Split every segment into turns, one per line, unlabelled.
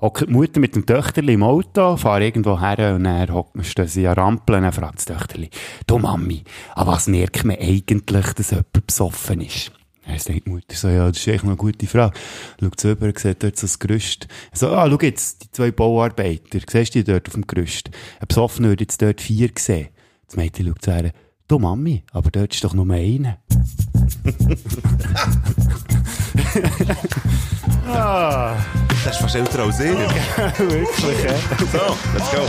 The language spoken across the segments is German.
Hockt die Mutter mit dem Töchterli im Auto, fahren irgendwo her und dann hockt man, stehen sie an Rampeln, dann fragt das Töchterli, du Mami, an was merkt man eigentlich, dass jemand besoffen ist? Dann sagt die Mutter so, ja, das ist echt noch eine gute Frage. Schaut sie rüber, sieht dort so das Gerüst. So, ah, schau jetzt, die zwei Bauarbeiter, siehst du die dort auf dem Gerüst? Ein Besoffener würde jetzt dort vier sehen. Das Mädchen schaut zu ihr, du Mami, aber dort ist doch nur einer.
Das ist fast älter als ich.
Wirklich, hä?
So, let's go.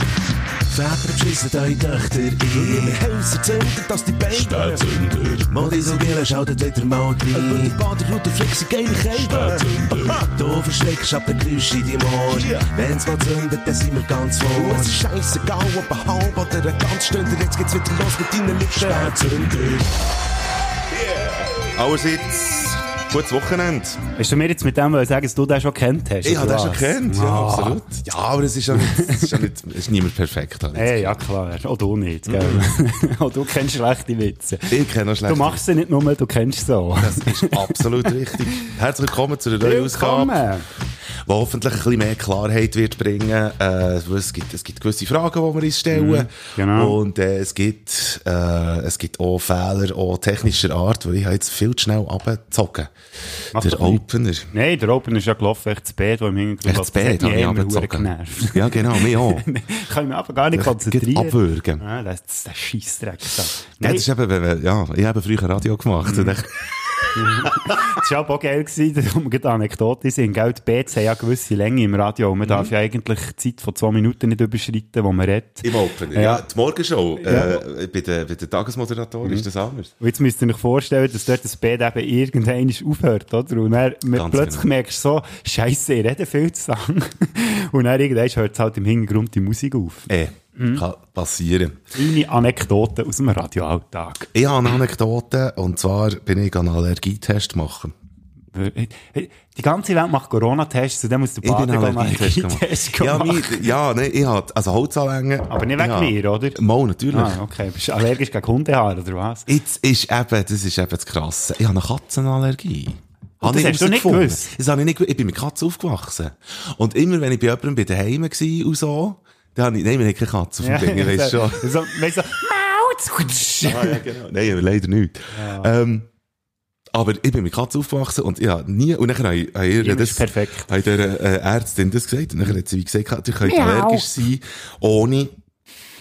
Väter beschissen eure Töchter in. Ihre Häuser zünden, dass die Beine. Stadtzünder. Modisogille schaltet wieder mal rein. Über die Baderroute flexen geile Kälte. Stadtzünder. Du verschreckst ab der Geräusch dus in deinem Ohr. Wenn's mal zündet, dann sind wir ganz vor.
Es ist scheißegal, ob ein halb oder ein ganz Stunde. Jetzt geht's wieder los mit deinen Liebsten.
Stadtzünder.
Allerseits, gutes Wochenende.
Hast du mir jetzt mit dem wollen sagen, dass du den schon kennt hast?
Ich habe
oder
das schon
was?
gekannt, ja,
Ah.
absolut. Ja, aber es ist ja nicht, es ist ja nicht, es ist niemand perfekt. Halt.
Hey, ja klar, auch du nicht, gell?
Mhm.
auch du kennst schlechte Witze.
Ich kenne noch schlecht.
Du machst sie nicht nur, du kennst sie auch.
Das ist absolut richtig. Herzlich willkommen zu der neuen Ausgabe,
Willkommen.
die hoffentlich ein bisschen mehr Klarheit wird bringen. Äh, es, gibt, es gibt gewisse Fragen, die wir uns stellen.
Mm, genau.
Und äh, es, gibt, äh, es gibt auch Fehler, auch technischer Art, weil ich habe jetzt viel zu schnell abgezogen.
Mach
der
doch nicht.
Opener.
Nein, der Open ist ja gelaufen, echt das Bett, das im Hintergrund
Echt das Bett,
hat
habe
mich
ich
immer verdammt
abgezogen.
genervt.
Ja, nou, genau, mich auch.
Ich kann mich aber gar nicht
Geht
konzentrieren.
Abwürgen.
Ah, das ist der Scheissdreck. da.
Ja,
Nein,
das ist
das
eben, wenn man- ja, ich habe früher Radio
Mm.
gemacht. Und ich-
war aber auch geil, gewesen, um eine Anekdote zu sehen. Gell, die Beds haben ja eine gewisse Länge im Radio und man
Mhm.
darf ja eigentlich die Zeit von zwei Minuten nicht überschreiten, wo man redet.
Im Opener, ja. Die Morgenshow, äh, bei der, bei der Tagesmoderatorin ist das anders.
Und jetzt müsst ihr euch vorstellen, dass dort das Bett eben irgendwann aufhört, oder? Und dann
Ganz
plötzlich
genau.
merkst du so, Scheiße, ich rede viel zu lang. Und dann irgendwann hört es halt im Hintergrund die Musik auf.
Eh,
Mm.
kann passieren.
Kleine Anekdoten aus dem Radioalltag.
Ich habe eine Anekdote, und zwar bin ich an einen Allergietest machen.
Die ganze Welt macht Corona-Tests, zu dem musst du
Ich bin
Baden gehen,
Allergietest
Allergietest
gemacht. Ja,
gemacht.
mein, ja, nee, ich hatte, also Holzanlängen.
Aber nicht wegen
ja.
mir, oder?
Mal, natürlich.
Ah, okay. Bist du allergisch gegen Hundehaare, oder was?
Jetzt ist eben, das ist eben das Krasse. Ich habe eine Katzenallergie.
das hast du nicht
herausgefunden.
gewusst?
Das habe ich nicht gewusst. Ich bin mit Katzen aufgewachsen. Und immer, wenn ich bei jemandem bei daheim war und so, dann habe ich, nein, wir haben keine Katze auf dem Ding, ich weiss schon.
So, weißt du, so, Maut!
Ah, ja, genau. Nein, aber leider nicht. Ähm, aber ich bin mit Katze aufgewachsen und ja, nie, und dann habe ich, habe ich ihr
Niemand
das,
ist perfekt.
habe ich der äh, Ärztin das gesagt und dann hat sie wie gesagt, du könnt allergisch sein, ohne,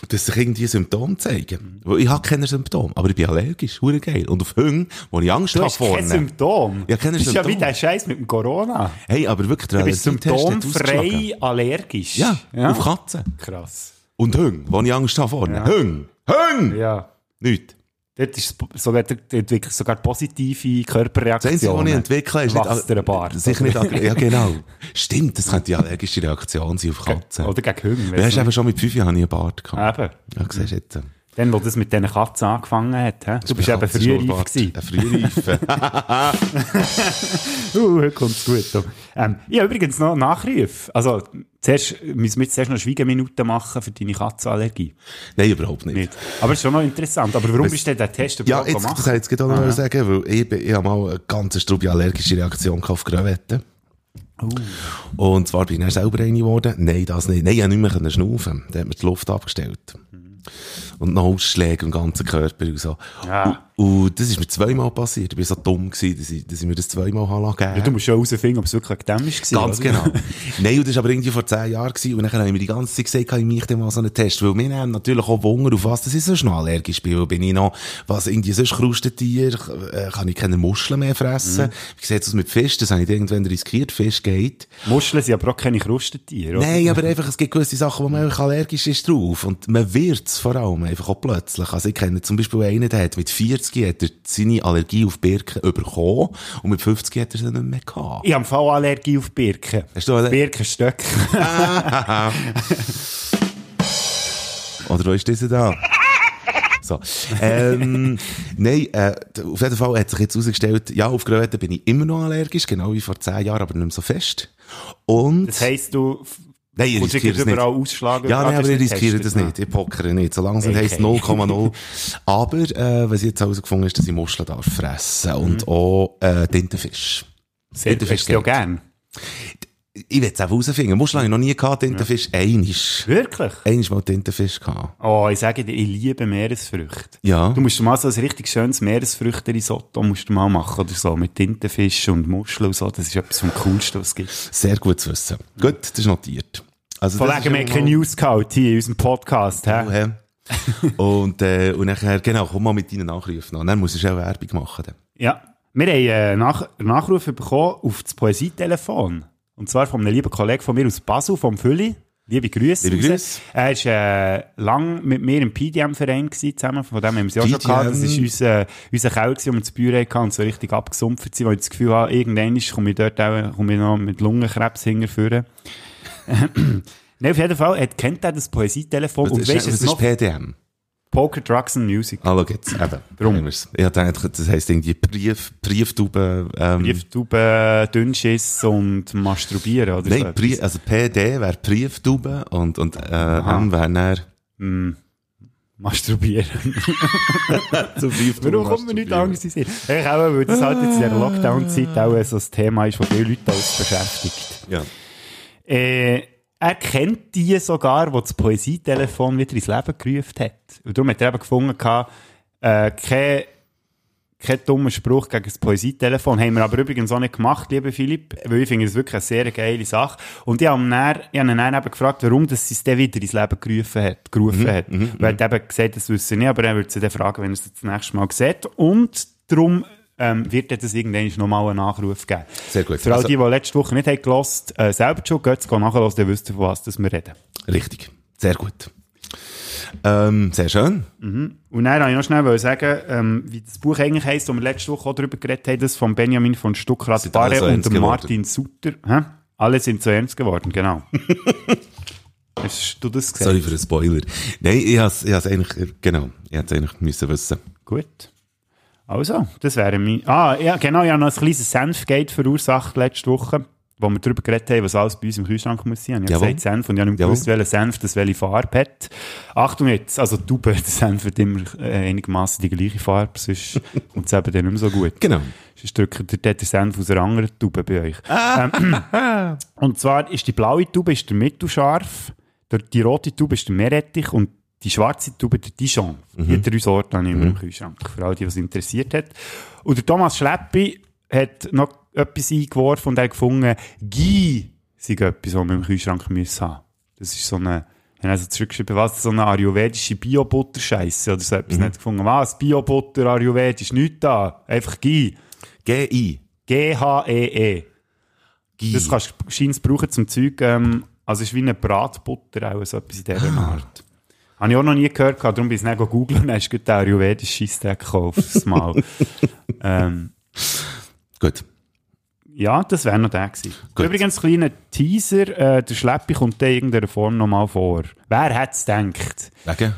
dass sich irgendwie Symptome zeigen. Weil Ich habe keine Symptome, aber ich bin allergisch, hure geil. Und auf Hüng, wo ich Angst
Du
habe
hast kein
vorne.
Symptom.
Ja, kein
Das ist ja wie
Symptom.
der Scheiß mit dem Corona.
Hey, aber wirklich, der
Du bist
Allergietest hat ausgeschlagen.
symptomfrei allergisch.
Ja, auf Katzen.
Krass.
Und Hüng, wo ich Angst habe vorne.
Ja.
Hüng! Hüng!
Ja.
Nichts.
Dort ist es sogar, dort entwickelst du sogar positive
Das Einzige, was
Körperreaktionen.
ich entwickle, ist nicht,
Wachst dir ein Bart.
sicher nicht agg- Ja, genau. Stimmt, das könnte die allergische Reaktion sein auf Katzen.
Oder gegen Hunger.
Du hast eben schon mit fünf Jahren einen Bart gehabt.
Eben.
Ja, siehst du jetzt. äh,
Dann, wo das mit diesen Katzen angefangen hat. hä? Du bist eben
Katzen schon
frühreif
Bart.
gewesen.
Ein Frühreifen.
Uh, heute kommt's gut. Ähm, ich habe übrigens noch einen Nachruf. Also, zuerst müssen wir jetzt zuerst noch eine Schweigeminute machen für deine Katzenallergie.
Nein, überhaupt nicht.
Nicht. Aber ist schon noch interessant. Aber warum
Was-
bist du denn den Test
Ja,
überhaupt
jetzt, das
gemacht?
kann ich jetzt gerade auch
Ah,
noch
ja.
sagen, weil ich, bin- ich habe mal eine ganz strube allergische Reaktion gehabt auf Gröwetten.
Oh.
Und zwar bin ich dann selber eine geworden. Nein, das nicht. Nein, ich konnte nicht mehr schnaufen. Dann hat mir die Luft abgestellt.
Mhm.
Und noch Ausschläge im ganzen Körper und so.
Ja.
Und, und das ist mir zweimal passiert. Ich war so dumm, gewesen, dass, ich, dass ich mir das zweimal habe lassen geben
Du musst schon herausfinden, ob es wirklich wegen dem ist.
Ganz genau. Nein, und das war aber irgendwie vor zehn Jahren gewesen, und dann haben wir die ganze Zeit gesagt, kann ich mich dem mal so einen Test, weil wir nehmen natürlich auch Wunder, auf was das ist so schnell allergisch bin, weil bin ich noch, was irgendwie sonst Krustentier, äh, kann ich keine Muscheln mehr fressen, wie sieht's aus mit Fisch, das habe ich irgendwann riskiert, Fisch geht.
Muscheln sind aber auch keine Krustentiere. oder?
Nein, aber einfach, es gibt gewisse Sachen, wo man einfach allergisch ist drauf. Und man wird's vor allem einfach auch plötzlich. Also ich kenne zum Beispiel einen, der hat mit 40 hat er seine Allergie auf Birken bekommen und mit 50 hat er sie nicht mehr gehabt.
Ich habe im Fall Allergie auf Birken.
Hast du eine-
Birkenstöcke.
Oder wo ist diese da? So. Ähm, nein, äh, d- auf jeden Fall hat sich jetzt herausgestellt, ja, auf Gröten bin ich immer noch allergisch, genau wie vor zehn Jahren, aber nicht mehr so fest. Und...
Das heisst, du f-
nein, ich
kommst
riskiere
wirklich
es nicht.
überall ausschlagen.
Ja, nein,
Ah, das
aber ich
ist nicht
riskiere das
getestet.
nicht. Ich pokere nicht. Solange es nicht
Okay.
heisst 0,0. aber, äh, was ich jetzt herausgefunden habe, ist, dass ich Muscheln darf
Mhm.
fressen. Und auch, äh, Tintenfisch.
Ah. Sehr,
Tintenfisch
hast du ja
geht.
gern.
Ich will es auch rausfinden. Muscheln habe ich noch nie gehabt, Tintenfisch. Einisch.
Wirklich?
Einisch mal Tintenfisch gehabt.
Oh, ich sage dir, ich liebe Meeresfrüchte.
Ja.
Du musst dir mal so ein richtig schönes Meeresfrüchte-Risotto musst du mal machen oder so, mit Tintenfisch und Muscheln und so. Das ist etwas vom Coolsten, was es gibt.
Sehr gut zu wissen. Gut, das ist notiert. Also,
Von
das
wegen, wir haben
ist
keine News gehabt hier in unserem Podcast. hä?
mal- und, äh, und nachher, genau, komm mal mit deinen Nachrufen an. Dann musst du auch Werbung machen. Dann.
Ja. Wir haben äh, nach einen Nachruf bekommen auf das Poesietelefon. Und zwar von einem lieben Kollegen von mir aus Basel, vom Fülli. Liebe Grüße.
Liebe
raus.
Grüße.
Er ist äh, lang mit mir im PDM-Verein gewesen, zusammen. Von dem haben wir es ja schon
PDM.
gehabt. Das ist unser, äh, unser Kerl, gewesen, um den wir ins Büro hatten und so richtig abgesumpft sind, weil ich das Gefühl habe, irgendwann komme ich dort auch, komme ich noch mit Lungenkrebs hinterführen. Nein, auf jeden Fall, er kennt er das Poesietelefon Oh, und
ist,
weißt
das
es
ist
noch?
PDM.
Poker, Drugs and Music.
Hallo, geht's. Ah, Eben.
Drum.
haben wir's. Ich dachte, das heisst irgendwie Brief, Brieftube, ähm,
Brieftauben, Dünnschiss und Masturbieren, oder so
Nein,
etwas.
Brie also PD wäre Brieftube und, und äh, M wäre dann
Masturbieren.
zu Brieftube.
Warum kommt mir nicht Angst in den Sinn? Ich glaube, weil das halt jetzt in der Lockdown-Zeit auch so ein Thema ist, das viele Leute alles beschäftigt.
Ja.
Äh, er kennt die sogar, die das Poesietelefon wieder ins Leben gerufen hat. Und darum hat er eben gefunden, gehabt, äh, kein, kein dummer Spruch gegen das Poesietelefon. Haben wir aber übrigens auch nicht gemacht, lieber Philipp, weil ich finde es wirklich eine sehr geile Sache. Und ich habe ihn dann, ich habe ihn dann eben gefragt, warum dass sie es dann wieder ins Leben gerufen hat.
Mhm,
Gerufen hat. Weil er hat eben gesagt, das wüsste ich nicht, aber er würde sie dann fragen, wenn er es das nächste Mal sieht. Und darum ähm, wird er das irgendwann nochmal einen Nachruf geben.
Sehr gut.
Für all
Also-
die, die letzte Woche nicht haben gelost, äh, selber schon, geht's gehen nachhören, dann wisst ihr, von was das wir reden.
Richtig. Sehr gut. Ähm, sehr schön.
Und dann wollte ich noch schnell wollte sagen, ähm, wie das Buch eigentlich heisst, wo wir letzte Woche auch darüber geredet haben, das von Benjamin von
Sind alle
Stuckrad-Barre
so ernst
und dem
geworden.
Martin Sutter. Hä? Alle sind so ernst geworden, genau. Hast du das gesehen?
Sorry für den Spoiler. Nein, ich has, ich has eigentlich, genau, ich hätte eigentlich müssen wissen.
Gut. Also, das wäre mein... Ah, ja, genau, ich habe noch ein kleines Senfgate verursacht letzte Woche, wo wir darüber geredet haben, was alles bei uns im Kühlschrank muss sein. Ich habe
Jawohl.
gesagt Senf und ich habe nicht
Jawohl.
gewusst, welcher Senf das welche Farbe hat. Achtung jetzt, also du, der Senf hat immer äh, einigermaßen die gleiche Farbe, sonst kommt es eben dann nicht mehr so gut.
Genau.
Sonst drückt der Täter Senf aus einer anderen Tube bei euch. ähm, und zwar ist die blaue Tube ist der mittelscharf, der, die rote Tube ist der Meerrettich und die schwarze Tube der Dijon. Die drei Sorten habe ich im Kühlschrank, für all die, was interessiert hat. Und der Thomas Schleppi hat noch etwas eingeworfen und hat gefunden, Guy sei etwas, was wir im Kühlschrank müssen haben. Das ist so eine ich habe also zurückgeschrieben, was, so eine ayurvedische Bio-Butter-Scheisse oder so etwas. Mhm. Nicht gefunden, was, Bio-Butter, ayurvedisch, nichts da, einfach Guy.
G.I.
G-H-E-E.
G.
E Das kannst du scheinbar brauchen zum Zeug, ähm, also es ist wie eine Bratbutter, auch so etwas in dieser Art. Habe ich auch noch nie gehört, gehabt, darum bin ich es nicht googeln und dann hast du gerade den ayurvedischen Scheissdreck gekauft, aufs Mal. ähm,
Gut.
ja, das wäre noch der gewesen.
Gut.
Übrigens, kleiner Teaser, äh, der Schleppi kommt da in irgendeiner Form nochmal vor. Wer hätte es gedacht?
Wegen?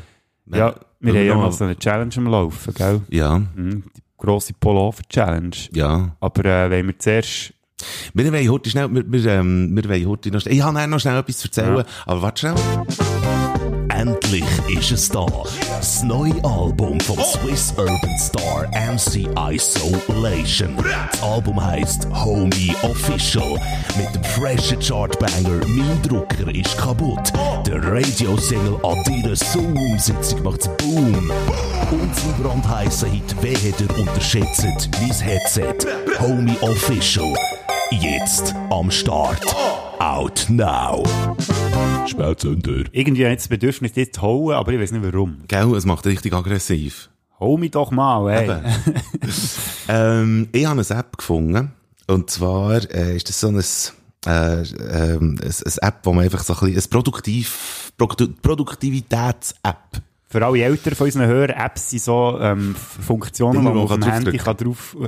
Ja, wir haben ja
noch-
mal so eine Challenge am Laufen, gell?
Ja,
Mhm, Die grosse Pullover-Challenge.
ja.
Aber äh, wenn wir zuerst...
Wir wollen heute schnell, wir, wir, ähm, wir wollen heute noch schnell, ich habe nachher noch schnell etwas zu erzählen, aber warte schnell.
Endlich ist es da. Das neue Album vom Swiss Urban Star MC Isolation. Das Album heißt Homie Official. Mit dem freshen Chartbanger Mein Drucker ist kaputt. Der Radiosingle an deiner Zoom-Sitzung macht's Boom. Und sein brandheißer Hit Weheder unterschätzt mein Headset. Homie Official. Jetzt am Start. Out now. Spätzünder.
Irgendwie habe ich das Bedürfnis, das zu holen, aber ich weiß nicht warum.
Gell, es macht richtig aggressiv.
Hol mich doch mal, ey.
Ähm, ich habe eine App gefunden. Und zwar äh, ist das so ein, äh, ähm, es- es App, wo man einfach so ein bisschen, ein Produktiv, Produ Produktivitäts-App.
Für alle Eltern von unseren Hörern, Apps sind so ähm, F- Funktionen,
Dinge,
die man auf
wo man
dem
kann
Handy
draufdrücken.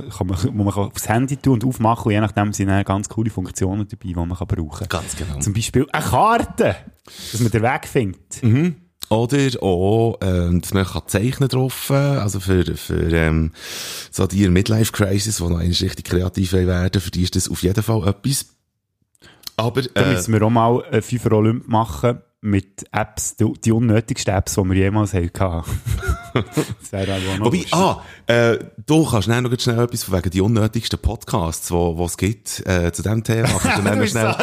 kann drauf, kann man, wo man kann aufs Handy tun und aufmachen und je nachdem sind dann ganz coole Funktionen dabei, die man kann brauchen kann.
Ganz genau.
Zum Beispiel eine Karte, dass man den Weg findet.
Oder auch, ähm, dass man kann zeichnen drauf, äh, also für, für ähm, so die Midlife-Crisis, die noch eigentlich richtig kreativ werden, für die ist das auf jeden Fall etwas. Aber,
Da
äh,
müssen wir auch mal einen Fünfer Olymp machen, mit Apps, die, die unnötigsten Apps, die wir jemals hatten. das wäre auch noch
Wobei,
lustig.
ah, äh, du kannst schnell noch schnell etwas von wegen die unnötigsten Podcasts, die wo, es gibt, äh, zu diesem Thema. Kannst du dann noch schnell,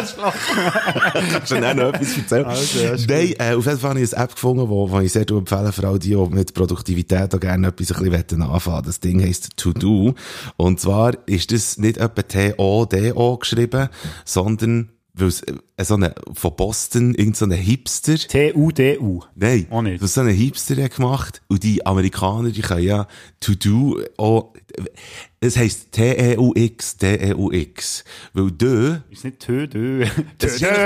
kannst du dann noch etwas erzählen? Nein, äh, auf jeden Fall habe ich eine App gefunden, wo, wo ich sehr empfehlen für all die, die mit Produktivität auch gerne etwas ein bisschen wollen anfangen Das Ding heisst To Do. Und zwar ist das nicht etwa T-O-D-O geschrieben, sondern weil es äh, so eine, von Boston, irgendein so ein Hipster,
T-U-D-U.
Nein,
Auch nicht.
das ist so ein Hipster hat gemacht und die Amerikaner, die können ja to do auch, es heisst E T-E-U-X, T-E-U-X, weil dö,
Ist nicht T-Dö.
es ist eigentlich-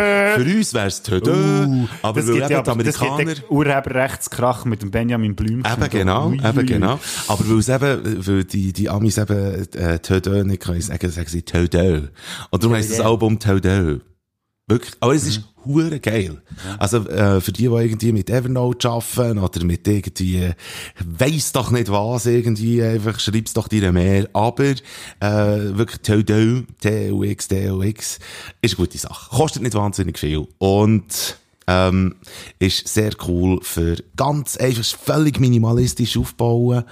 für uns wär's tö, dö, Äh,
E
aber
Uh, Oh, das
weil
gibt
eben
ja,
die Amerikaner,
Das gibt den Urheberrechtskrach mit dem Benjamin Blümchen.
Eben genau,
Ui, ui,
eben
ui.
genau. Aber weil es eben, weil die, die Amis eben, äh, Tödö nicht können sagen, sagen sie Tödö. Und darum heisst das Album Tödö. Wirklich. Aber es ist
Mhm.
hure geil. Also, äh, für die, die irgendwie mit Evernote arbeiten oder mit irgendwie, äh, weiss doch nicht was irgendwie, einfach schreib's doch dir mehr. Aber, äh, wirklich E Tödö, T-U-X, T-U-X, ist eine gute Sache. Kostet nicht wahnsinnig viel. Und, ähm, ist sehr cool für ganz einfach völlig minimalistisch aufbauen.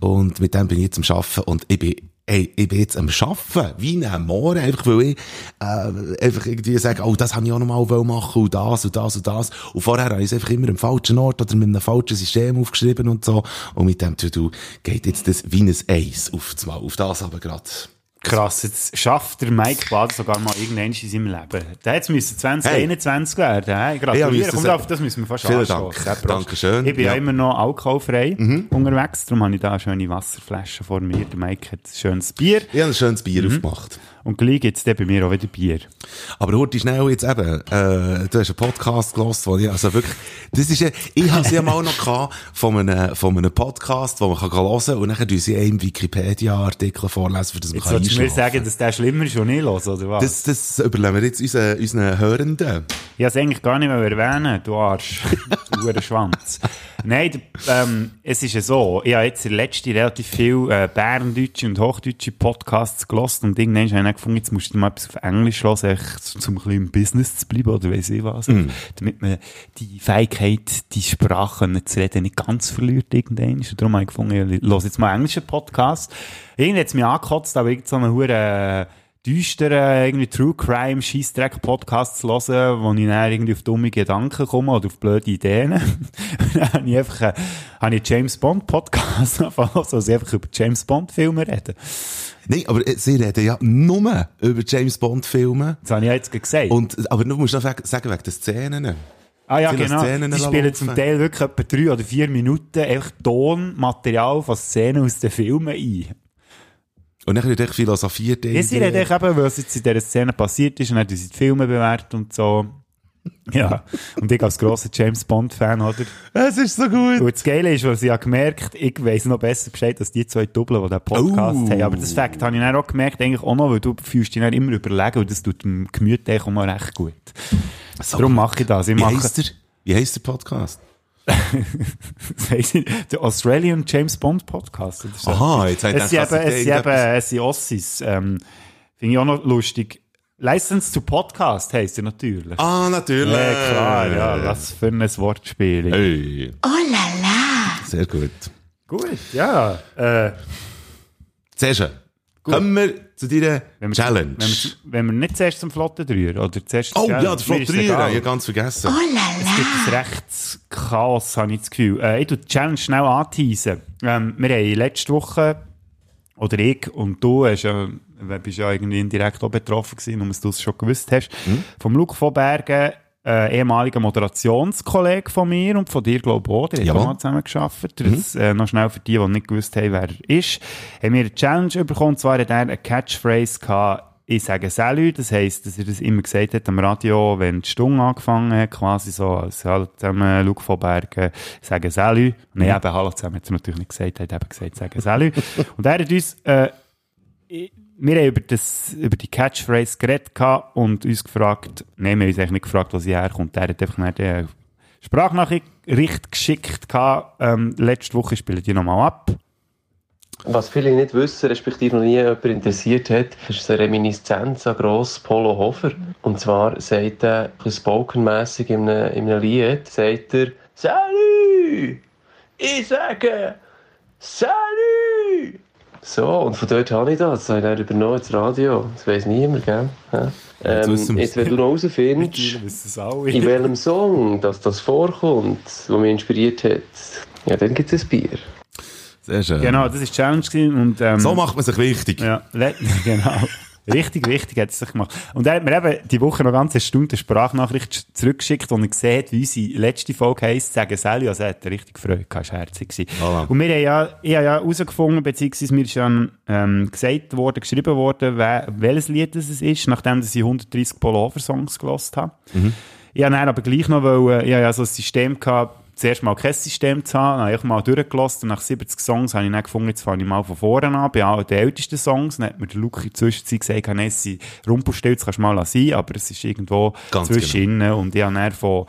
Und mit dem bin ich jetzt am Arbeiten und ich bin, ey, ich bin jetzt am Arbeiten, wie am Morgen, einfach weil ich äh, einfach irgendwie sage, oh, das habe ich auch nochmal wollen machen und das und das und das. Und vorher habe ich es einfach immer am falschen Ort oder mit einem falschen System aufgeschrieben und so. Und mit dem To-Do geht jetzt das wie ein Eis auf das, Mal, auf das aber gerade.
Krass, jetzt schafft der Mike Bader sogar mal irgendwann in seinem Leben. Der jetzt müssen 2021 werden. Hey,
Ja,
gratuliere.
müsste
Komm,
es-
auf, das müssen wir fast
Vielen
anstossen.
Dank.
Der Prost.
Dankeschön.
Ich bin ja
Ja. Mhm.
immer noch alkoholfrei unterwegs, darum habe ich da eine schöne Wasserflasche vor mir. Der Mike hat ein schönes Bier
Ich habe ein schönes Bier aufgemacht.
und gleich gibt es bei mir auch wieder Bier.
Aber Hurti, schnell jetzt eben, äh, du hast einen Podcast gehört, wo ich, also wirklich, das ist ja, ich habe ja mal noch gehabt von einem, von einem Podcast, wo man kann gehen hören kann, und dann tun sie einen Wikipedia-Artikel vorlesen, für das man
Jetzt
kann
solltest du mir
einschlafen kann.
sagen, dass der schlimmer ist und ich los, oder was?
Das, das überlegen wir jetzt unseren, unseren
Ich
Hörenden.
wollte es eigentlich gar nicht mehr erwähnen, du Arsch. Du verdammter Schwanz. Nein, d- ähm, es ist ja so, ich habe jetzt in der letzten relativ viel äh, bärendeutsche und hochdeutsche Podcasts gelost und irgendwann habe ich dann gefunden, jetzt musst du mal etwas auf Englisch hören, echt, um ein bisschen im Business zu bleiben oder weiss ich was. Damit man die Fähigkeit, die Sprache zu reden, nicht ganz verliert irgendwann. Und darum habe ich gefunden, ich höre jetzt mal einen englischen Podcast. Irgendwie hat es mich angekotzt, aber irgend so eine Hure... Äh, düsteren, irgendwie True Crime, Scheissdreck Podcasts zu hören, wo ich dann irgendwie auf dumme Gedanken komme oder auf blöde Ideen. Und dann habe ich einfach, äh, habe ich James Bond Podcast angefangen, also sie einfach über James Bond Filme reden.
Nein, aber äh, sie reden ja nur über James Bond-Filme.
Das habe ich ja jetzt gerade gesagt.
Und, aber du musst noch sagen, sagen wegen den Szenen.
ah ja,
sind das
genau.
Szenen
Die spielen zum
laufen?
Teil wirklich etwa drei oder vier Minuten einfach Tonmaterial von Szenen aus den Filmen ein.
Und dann wird echt philosophiert.
Ja, sie reden echt eben, was jetzt in dieser Szene passiert ist und dann tun sie die Filme bewerten und so. Ja. Und ich als grosser James Bond Fan, oder?
Es ist so gut.
Und das Geile ist, was ich habe gemerkt, ich weiss noch besser Bescheid, als die zwei Doppeln, die den Podcast
Oh.
haben. Aber das Fakt habe ich dann auch gemerkt, eigentlich auch noch, weil du fühlst dich dann immer überlegen und das tut dem Gemüt eigentlich auch mal recht gut.
So.
Darum mache ich das. Ich
Wie
mache,
heisst der? Wie heisst der Podcast?
der Australian James Bond Podcast. Das ist so-
Aha, jetzt hat
Es sind eben, es sind eben, es sind Ossis. Ähm, Finde ich auch noch lustig. License to Podcast heisst er natürlich.
Ah, äh. natürlich.
Ja, klar, ja, was für ein Wortspiel.
Hey. Oh la la. Sehr gut.
Gut, ja. Äh,
Sehr schön. Kommen wir zu deiner
Wenn wir-
Challenge.
Wenn wir, wenn wir nicht zuerst zum Flotten drühren oder zuerst
oh ja,
Challenge,
der
mir
Flop
ist
3
egal.
habe ich ganz vergessen.
Es gibt ein rechts Chaos, habe ich das Gefühl. Äh, ich tu die Challenge schnell anteasen. Ähm, wir haben letzte Woche, oder ich und du, hast ja, du bist ja irgendwie indirekt auch betroffen gewesen, nur dass du es schon gewusst hast,
Hm?
vom Luc von Bergen, äh, ehemaliger Moderationskollege von mir und von dir, glaube ich, auch. Der hat
Jawohl. Mhm.
auch mal zusammen gearbeitet. Das, äh, noch schnell für die, die nicht gewusst haben, wer er ist. Haben wir eine Challenge bekommen, und zwar hat er eine Catchphrase gehabt, ich sage «Salü», das heisst, dass er das immer gesagt hat am Radio, wenn die Stunde angefangen hat, quasi so als «Hallo zusammen, Luc von Bergen, sagen «Salü». Nein, eben «Hallo zusammen» hat er natürlich nicht gesagt, er hat eben gesagt «Sagen Salü». und er hat uns... Äh, wir haben über, das, über die Catchphrase geredet gehabt und uns gefragt, nein, wir haben uns eigentlich nicht gefragt, was sie herkommt. Er hat einfach dann die Sprachnachricht geschickt gehabt. Ähm, letzte Woche spielen die nochmal ab.
Was viele nicht wissen, respektive noch nie jemand interessiert hat, ist eine Reminiszenz an gross Polo Hofer. Und zwar sagt er, ein bisschen spokenmässig in einem, in einem Lied, sagt er, Salü! Ich sage, Salü! So, und von dort habe ich das. Das habe ich dann übernommen ins Radio. Das weiss niemand, gell? Ja.
Jetzt wissen
Ähm,
wir's.
jetzt, wenn du noch herausfindest,
wissen es alle.
in welchem Song dass das vorkommt, der mich inspiriert hat, ja, dann gibt es ein Bier.
Sehr schön.
Genau, das war die Challenge. gewesen Und, ähm,
So macht man sich wichtig.
Ja, le- genau. Richtig, richtig hat es sich gemacht. Und er hat mir eben die Woche noch ganz erstaunt eine Sprachnachricht sch- zurückgeschickt, wo er sieht, wie unsere letzte Folge heisst, sagen Sally, also er hat richtig Freude gehabt, ist herzig gewesen.
Voilà.
Und wir haben ja, ich habe ja herausgefunden, beziehungsweise mir ist schon ähm, gesagt worden, geschrieben worden, we, welches Lied das es ist, nachdem dass ich 130 Pullover-Songs gelost habe. Ich habe dann aber gleich noch, weil ich habe ja so ein System gehabt, zuerst mal kein System zu haben, dann habe ich mal durchgelassen und nach 70 Songs habe ich dann gefunden, jetzt fange ich mal von vorne an, bei all den ältesten Songs, dann hat mir der Luki in der Zwischenzeit gesagt, nein, es sind Rumpelstilz, kannst du mal sein, aber es ist irgendwo
Ganz
zwischen ihnen und ich habe dann von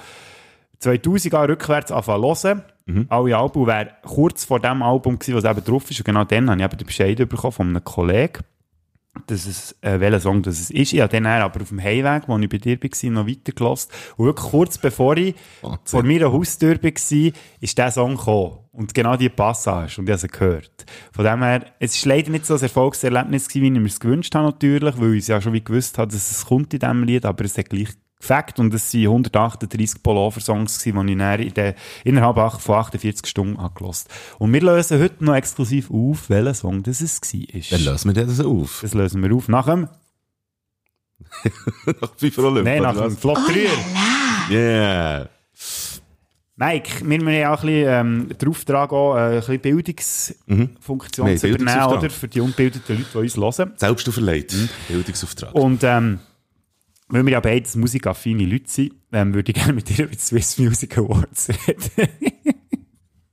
2000 an rückwärts angefangen zu hören. Alle Alben wäre kurz vor dem Album gewesen, was eben drauf ist. Und genau dann habe ich eben den Bescheid bekommen von einem Kollegen, dass es, äh, welcher Song das es ist. Ich habe den dann aber auf dem Heimweg, wo ich bei dir war, noch weitergelassen. Und wirklich kurz bevor ich
Wahnsinn.
vor meiner Haustür war, ist dieser Song gekommen. Und genau die Passage. Und ich habe sie gehört. Von dem her, es war leider nicht so ein Erfolgserlebnis, gewesen, wie ich mir es gewünscht habe, natürlich, weil ich es ja schon wie gewusst habe, dass es kommt in diesem Lied, aber es hat gleich gefackt und es waren 138 Pullover-Songs, gewesen, die ich dann in der, innerhalb ach- von 48 Stunden angelassen habe. Und wir lösen heute noch exklusiv auf, welcher Song das es
Dann
war.
lösen wir das auf.
Das lösen wir auf nach dem
Nach FIFA Olympia.
Nein, nach dem Flop 3.
Yeah.
Mike, wir müssen ja auch ein bisschen ähm, den Auftrag auch, äh, ein bisschen Bildungsfunktion
Wir haben
zu übernehmen,
Mhm. Bildungsauftrag.
oder? Für die ungebildeten Leute, die uns hören.
Selbst du verleiht.
Mhm.
Bildungsauftrag.
Und ähm, weil wir ja beides musikaffine Leute sind, ähm, würde ich gerne mit dir über die Swiss Music Awards reden.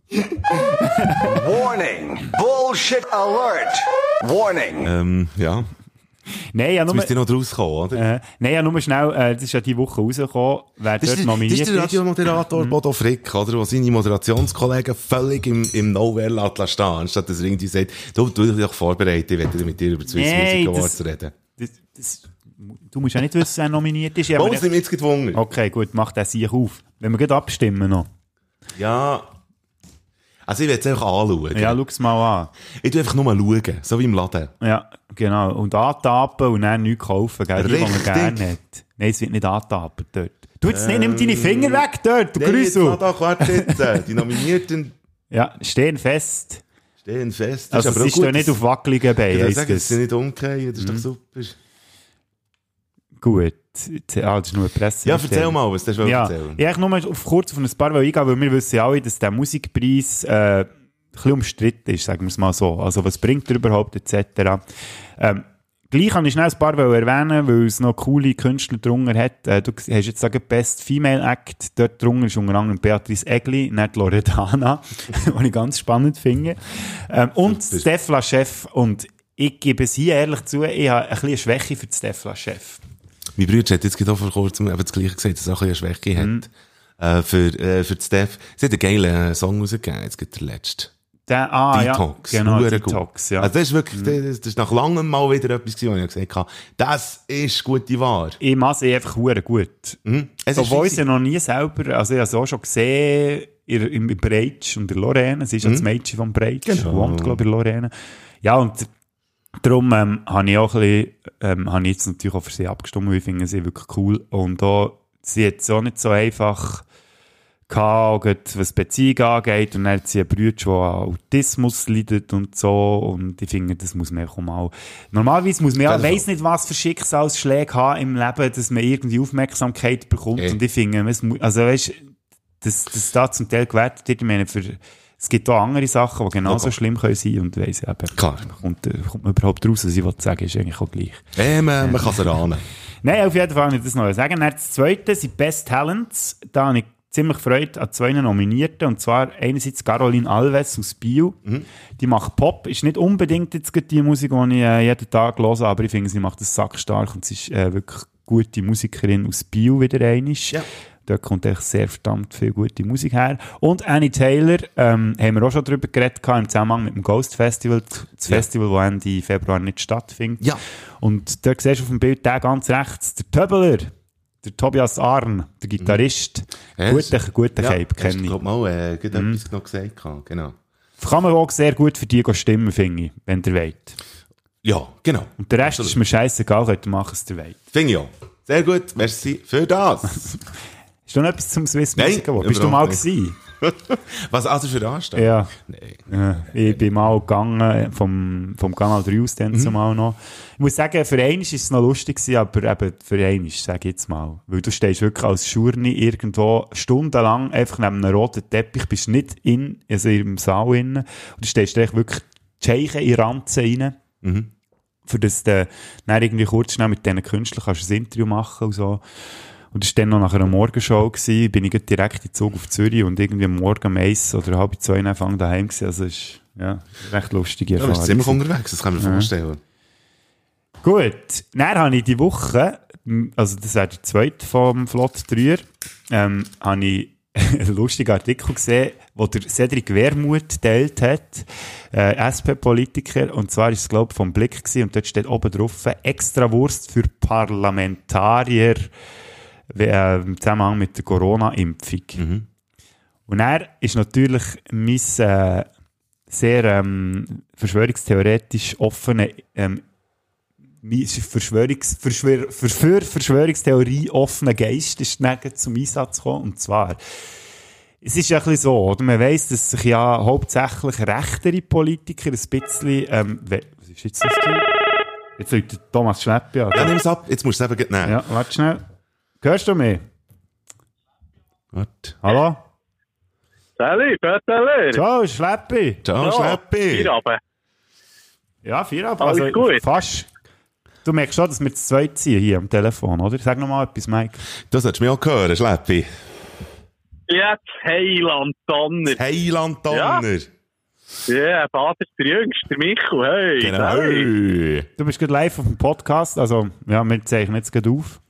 Warning! Bullshit alert! Warning!
Ähm, ja.
Nein, ja
Jetzt
nur,
müsst ihr noch rauskommen, oder?
äh, nein, ja nur schnell, äh, das ist ja diese Woche rausgekommen, wer
Das
dort
ist, der- das
nominiert
ist der
ist. Mhm.
Radiomoderator Bodo Frick, oder? Der seine Moderationskollegen völlig im, im Nowhere lässt stehen, anstatt dass er irgendwie sagt, du, du dich doch vorbereiten, ich werde mit dir über die Swiss
Nein,
Music Awards
das-
reden.
Das, das, du musst ja nicht wissen, wer nominiert ist. Ich habe
Warum sind wir jetzt gezwungen?
okay, gut, mach den Sieg auf. Wenn wir gleich abstimmen noch.
Ja. Also ich werde es einfach anschauen.
Ja, schau's mal an.
Ich tu einfach nur schauen, so wie im Laden.
Ja, genau. Und antappen und dann nichts kaufen, gell? Die, die man
Richtig.
gerne hat. Nein, es wird nicht antappen dort. Du jetzt nicht, nimm deine
Ähm,
Finger weg dort, du Grüsel.
da Quatsch jetzt. eh, Die Nominierten
Ja, stehen fest.
stehen fest.
Also es
auch
ist doch nicht
dass-
auf wackeligen
Ich
Beinen.
würde
heisst
sagen,
das.
sie sind nicht umgefallen, das ist
Mhm.
doch super.
Gut. Jetzt- Ah, das ist nur eine Presse.
Ja, erzähl mal, was das
Ja,
erzählen.
ja ich nur mal auf kurz auf ein paar Mal eingehen, weil wir wissen ja alle, dass der Musikpreis äh, ein bisschen umstritten ist, sagen wir es mal so. Also was bringt er überhaupt etc. Ähm, gleich kann ich schnell ein paar Mal erwähnen, weil es noch coole Künstler drunter hat. Äh, du hast jetzt gesagt Best Female Act, dort drunter ist unter anderem Beatrice Egli, nicht Loredana, was ich ganz spannend finde. Ähm, und Stefla Chef und ich gebe es hier ehrlich zu, ich habe ein bisschen eine Schwäche für Stefla Chef.
Mein Bruder hat jetzt gerade auch vor kurzem eben das Gleiche gesagt, dass er auch ein bisschen eine Schwäche
Mhm.
hat. Äh, für, äh, für die Steph. Sie hat einen geilen Song rausgegeben, jetzt geht der letzte.
Der, ah,
eh, Detox.
ja, genau,
Hure gut.
Detox, ja. Mhm.
Also das ist wirklich, das, das ist nach langem mal wieder etwas gewesen, wo ich gesagt habe, das ist gute Ware.
ich mache sie einfach hure gut.
Mhm. Es ist
Obwohl ich
easy.
sie noch nie selber, also ich habe es auch schon gesehen, ihr- im im Breitsch und in Lorraine. Es ist ja das Mädchen von Breitsch,
Mhm. Genau.
wohnt, glaube ich, in Lorraine. Ja, und darum ähm, habe ich auch ein bisschen, ähm, habe ich jetzt natürlich auch für sie abgestimmt, weil ich finde sie wirklich cool. Und auch, sie hat es auch nicht so einfach gehabt, auch gerade was Beziehung angeht. Und dann hat sie einen Bruder, der an Autismus leidet und so. Und ich finde, das muss man einfach mal... Normalerweise muss man ja,
Das ist
weiss nicht, was für Schicksalsschläge haben im Leben, dass man irgendwie Aufmerksamkeit bekommt.
Eh.
Und ich finde, es mu- also weißt, dass das da zum Teil gewertet wird, ich meine, für, es gibt auch andere Sachen, die genauso
Okay.
schlimm können sein und weiss ich eben.
Klar.
Kommt, äh, kommt man überhaupt raus, was ich wollte sagen, ist eigentlich auch gleich.
Äh, man, man kann es erahnen.
Nein, auf jeden Fall nicht das noch sagen. Dann das zweite sind Best Talents. Da habe ich ziemlich Freude an zwei Nominierten. Und zwar einerseits Caroline Alves aus Bio.
Mhm.
Die macht Pop. Ist nicht unbedingt jetzt gerade die Musik, die ich äh, jeden Tag höre, aber ich finde, sie macht das sackstark und sie ist äh, wirklich gute Musikerin aus Bio wieder einig.
Ja.
Dort kommt echt sehr verdammt viel gute Musik her. Und Annie Taylor, ähm, haben wir auch schon drüber geredet, gehabt, im Zusammenhang mit dem Ghost Festival, das
Ja.
Festival, das Ende Februar nicht stattfindet.
Ja.
Und dort siehst du auf dem Bild den ganz rechts, der Töbeler, der Tobias Arn, der Gitarrist.
Mhm. Ja,
Guter,
das-
guter Cape,
Äh, hast du,
kenne ich. Mhm.
glaub mal, äh, gerade etwas noch gesagt, gehabt, genau.
Kann man auch sehr gut für die gehen stimmen, finde ich, wenn ihr wollt.
Ja, genau.
Und der Rest ist mir scheißegal, könnt ihr machen, was ihr wollt.
Finde ich auch. Sehr gut, merci für das.
Ist noch etwas zum Swiss
Nein,
Music Award? Bist du mal
überhaupt nicht.
gewesen?
Was also für Anstand?
Ja.
Nee.
Ja, ich bin mal gegangen, äh, vom, vom Kanal 3 aus dann zumal noch. Ich muss sagen, für einen ist es noch lustig gewesen, aber eben für einen, sag ich jetzt mal. Weil du stehst wirklich als Schurni irgendwo stundenlang einfach neben einem roten Teppich, bist nicht in, also im Saal innen, und du stehst echt wirklich die Scheiche in Ranzen rein. Für das du dann irgendwie kurz schnell mit diesen Künstlern kannst du ein Interview machen und so. Und das war dann noch nach einer Morgenshow, gewesen, bin ich gerade direkt in den Zug auf Zürich und irgendwie am Morgen um eins oder halb zwei in Anfang daheim gewesen. Also ist, ja, recht lustige
Ja, wir
Erfahrung.
sind ziemlich unterwegs, das kann man mir vorstellen.
Gut, dann habe ich die Woche, m, also das wäre der zweite vom Flot 3, ähm, habe ich einen lustigen Artikel gesehen, wo der Cedric Wermuth teilt hat, äh, SP-Politiker, und zwar ist es, glaube ich, vom Blick gewesen, und dort steht oben drauf, extra Wurst für Parlamentarier, we- äh, im Zusammenhang mit der Corona-Impfung. Und er ist natürlich mein äh, sehr ähm, verschwörungstheoretisch offene ähm, mein Verschwörungs Verschwör Ver- für Verschwörungstheorie offener Geist ist dann gleich zum Einsatz gekommen. Und zwar, es ist ja ein bisschen so, oder? Man weiss, dass sich ja hauptsächlich rechtere Politiker ein bisschen, ähm, we- was ist jetzt das? gewesen? Jetzt läutet Thomas Schleppi an.
Ja, nimm es ab, jetzt musst du es eben gleich nehmen.
Ja, warte schnell. Hörst du mich?
Warte.
Hallo?
Salut, Peteler!
Ciao, Schleppi.
Ciao, Schleppi.
Feierabend.
Ja, vier ab.
Alles
also,
gut.
Fast. Du merkst schon, dass wir zu zweit sind hier am Telefon, oder? Sag nochmal etwas, Mike.
Das solltest du mir auch hören, Schleppi.
Jetzt Heiland Tanner.
Heiland Donner.
Ja, Vater ist der Jüngste, der Michel, hey. hey.
Genau.
Du bist gerade live auf dem Podcast, also ja, wir zeichnen jetzt gerade auf.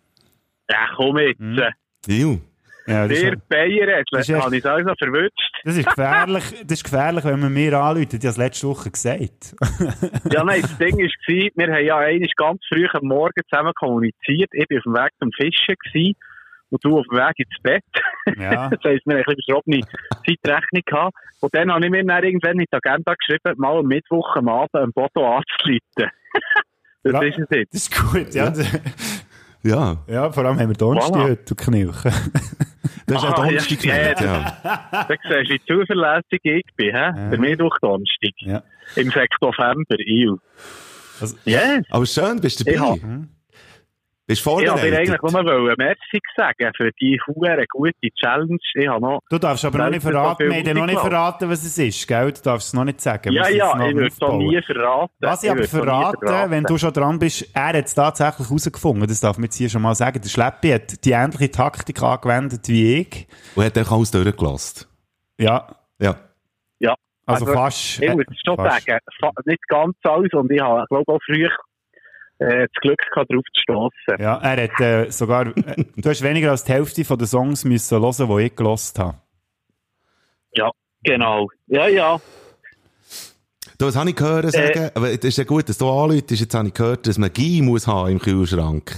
Ja, Eh, komm jetzt.
Hm,
Juhu.
Ja, das,
Der
ist,
Bayer,
Das
jetzt
ist echt-
habe ich es auch noch verwünscht.
das, ist gefährlich, das ist gefährlich, wenn man mir anläutet. Ich habe es letzte Woche gesagt.
Ja, nein, das Ding war, wir haben ja eines ganz früh am Morgen zusammen kommuniziert. Ich war auf dem Weg zum Fischen gewesen, und du auf dem Weg ins Bett.
Ja.
das heisst, wir haben ein bisschen verschrobene Zeitrechnung gehabt. Und dann habe ich mir dann irgendwann in die Agenda geschrieben, mal am Mittwoch am Abend einen Foto anzuleiten. das
Ja.
ist es jetzt.
Das ist gut, ja.
Ja,
Ja, vor allem haben wir Donnerstag
Voilà.
heute zu knirchen.
das ist auch
Ah,
Donnerstag
ja,
gemeint,
ja.
ja.
Da siehst du, wie zuverlässig ich bin, hä? Der Mittwoch-Donnerstag.
Ja.
Im 6. November, ew.
Also-
yes,
Aber schön, bist du
Ich hab-
dabei. Bist
ich wollte dir
vorbereitet.
eigentlich nur wollen Merci sagen für die hure gute Challenge. Ich habe noch,
Du darfst aber noch nicht
Weißt du, so
verraten,
viel
wir haben dir noch nicht
Musik
verraten, was es ist, gell? Du darfst es noch nicht sagen. wir
ja,
müssen es
ja,
noch
ich würde es
aufbauen.
nie verraten.
Was ich aber
würd's noch nie
verrate, wenn du schon dran bist, er hat es tatsächlich herausgefunden, das darf man jetzt hier schon mal sagen. Der Schleppi hat die ähnliche Taktik angewendet wie ich.
Und hat euch alles durchgelassen.
Ja,
Ja.
also,
Also,
fast.
Ich
äh,
muss schon
fast.
sagen, fa- nicht ganz alles und ich habe, glaube auch früh äh, das Glück gehabt, drauf zu stossen.
Ja, er hat äh, sogar, äh, du hast weniger als die Hälfte von den Songs müssen hören, die ich gelost habe.
Genau. Ja, ja.
Du, was habe ich
Äh,
gehört sagen? Aber es ist ja gut, dass du anläutest. Jetzt habe ich gehört, dass man Guy muss haben im Kühlschrank.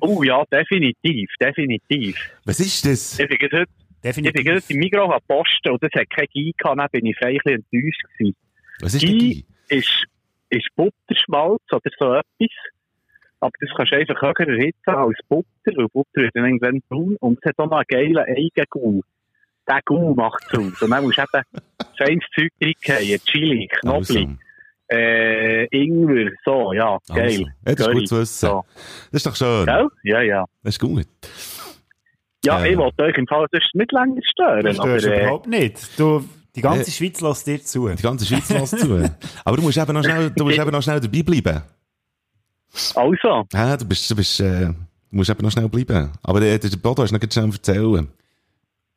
Oh ja, definitiv, definitiv.
Was ist das?
Ich bin gerade heute Ich bin gerade
Definitiv.
im Migros an Posten und es hat kein Gie gehabt, dann bin ich frei ein bisschen enttäuscht gewesen.
Was ist der
Gie
Guy?
ist, ist Butterschmalz oder so etwas. Aber das kannst du einfach höher erhitzen als Butter, weil Butter wird dann irgendwann braun und es hat auch noch einen geilen Eigengau. Der Gau macht es aus. Und dann musst du eben feines Zeug reingehen. Chili, Knoblauch,
Awesome.
äh, Ingwer, so, ja, geil.
Awesome. Ja, das ist
Curry,
gut zu wissen.
so.
Das ist doch schön.
Gell? Ja, ja.
Das ist gut.
Ja,
Äh.
ich wollte euch im Fall sonst nicht länger stören.
Du störst
aber, äh,
überhaupt nicht. Du, die ganze
Äh,
Schweiz lässt dir zu.
Die ganze Schweiz lässt zu. Aber du musst eben noch schnell, du musst eben noch schnell dabei bleiben.
also,
Ja, du bist, du bist, äh, du musst eben noch schnell bleiben. Aber der, der Bodo ist noch ganz schnell am erzählen.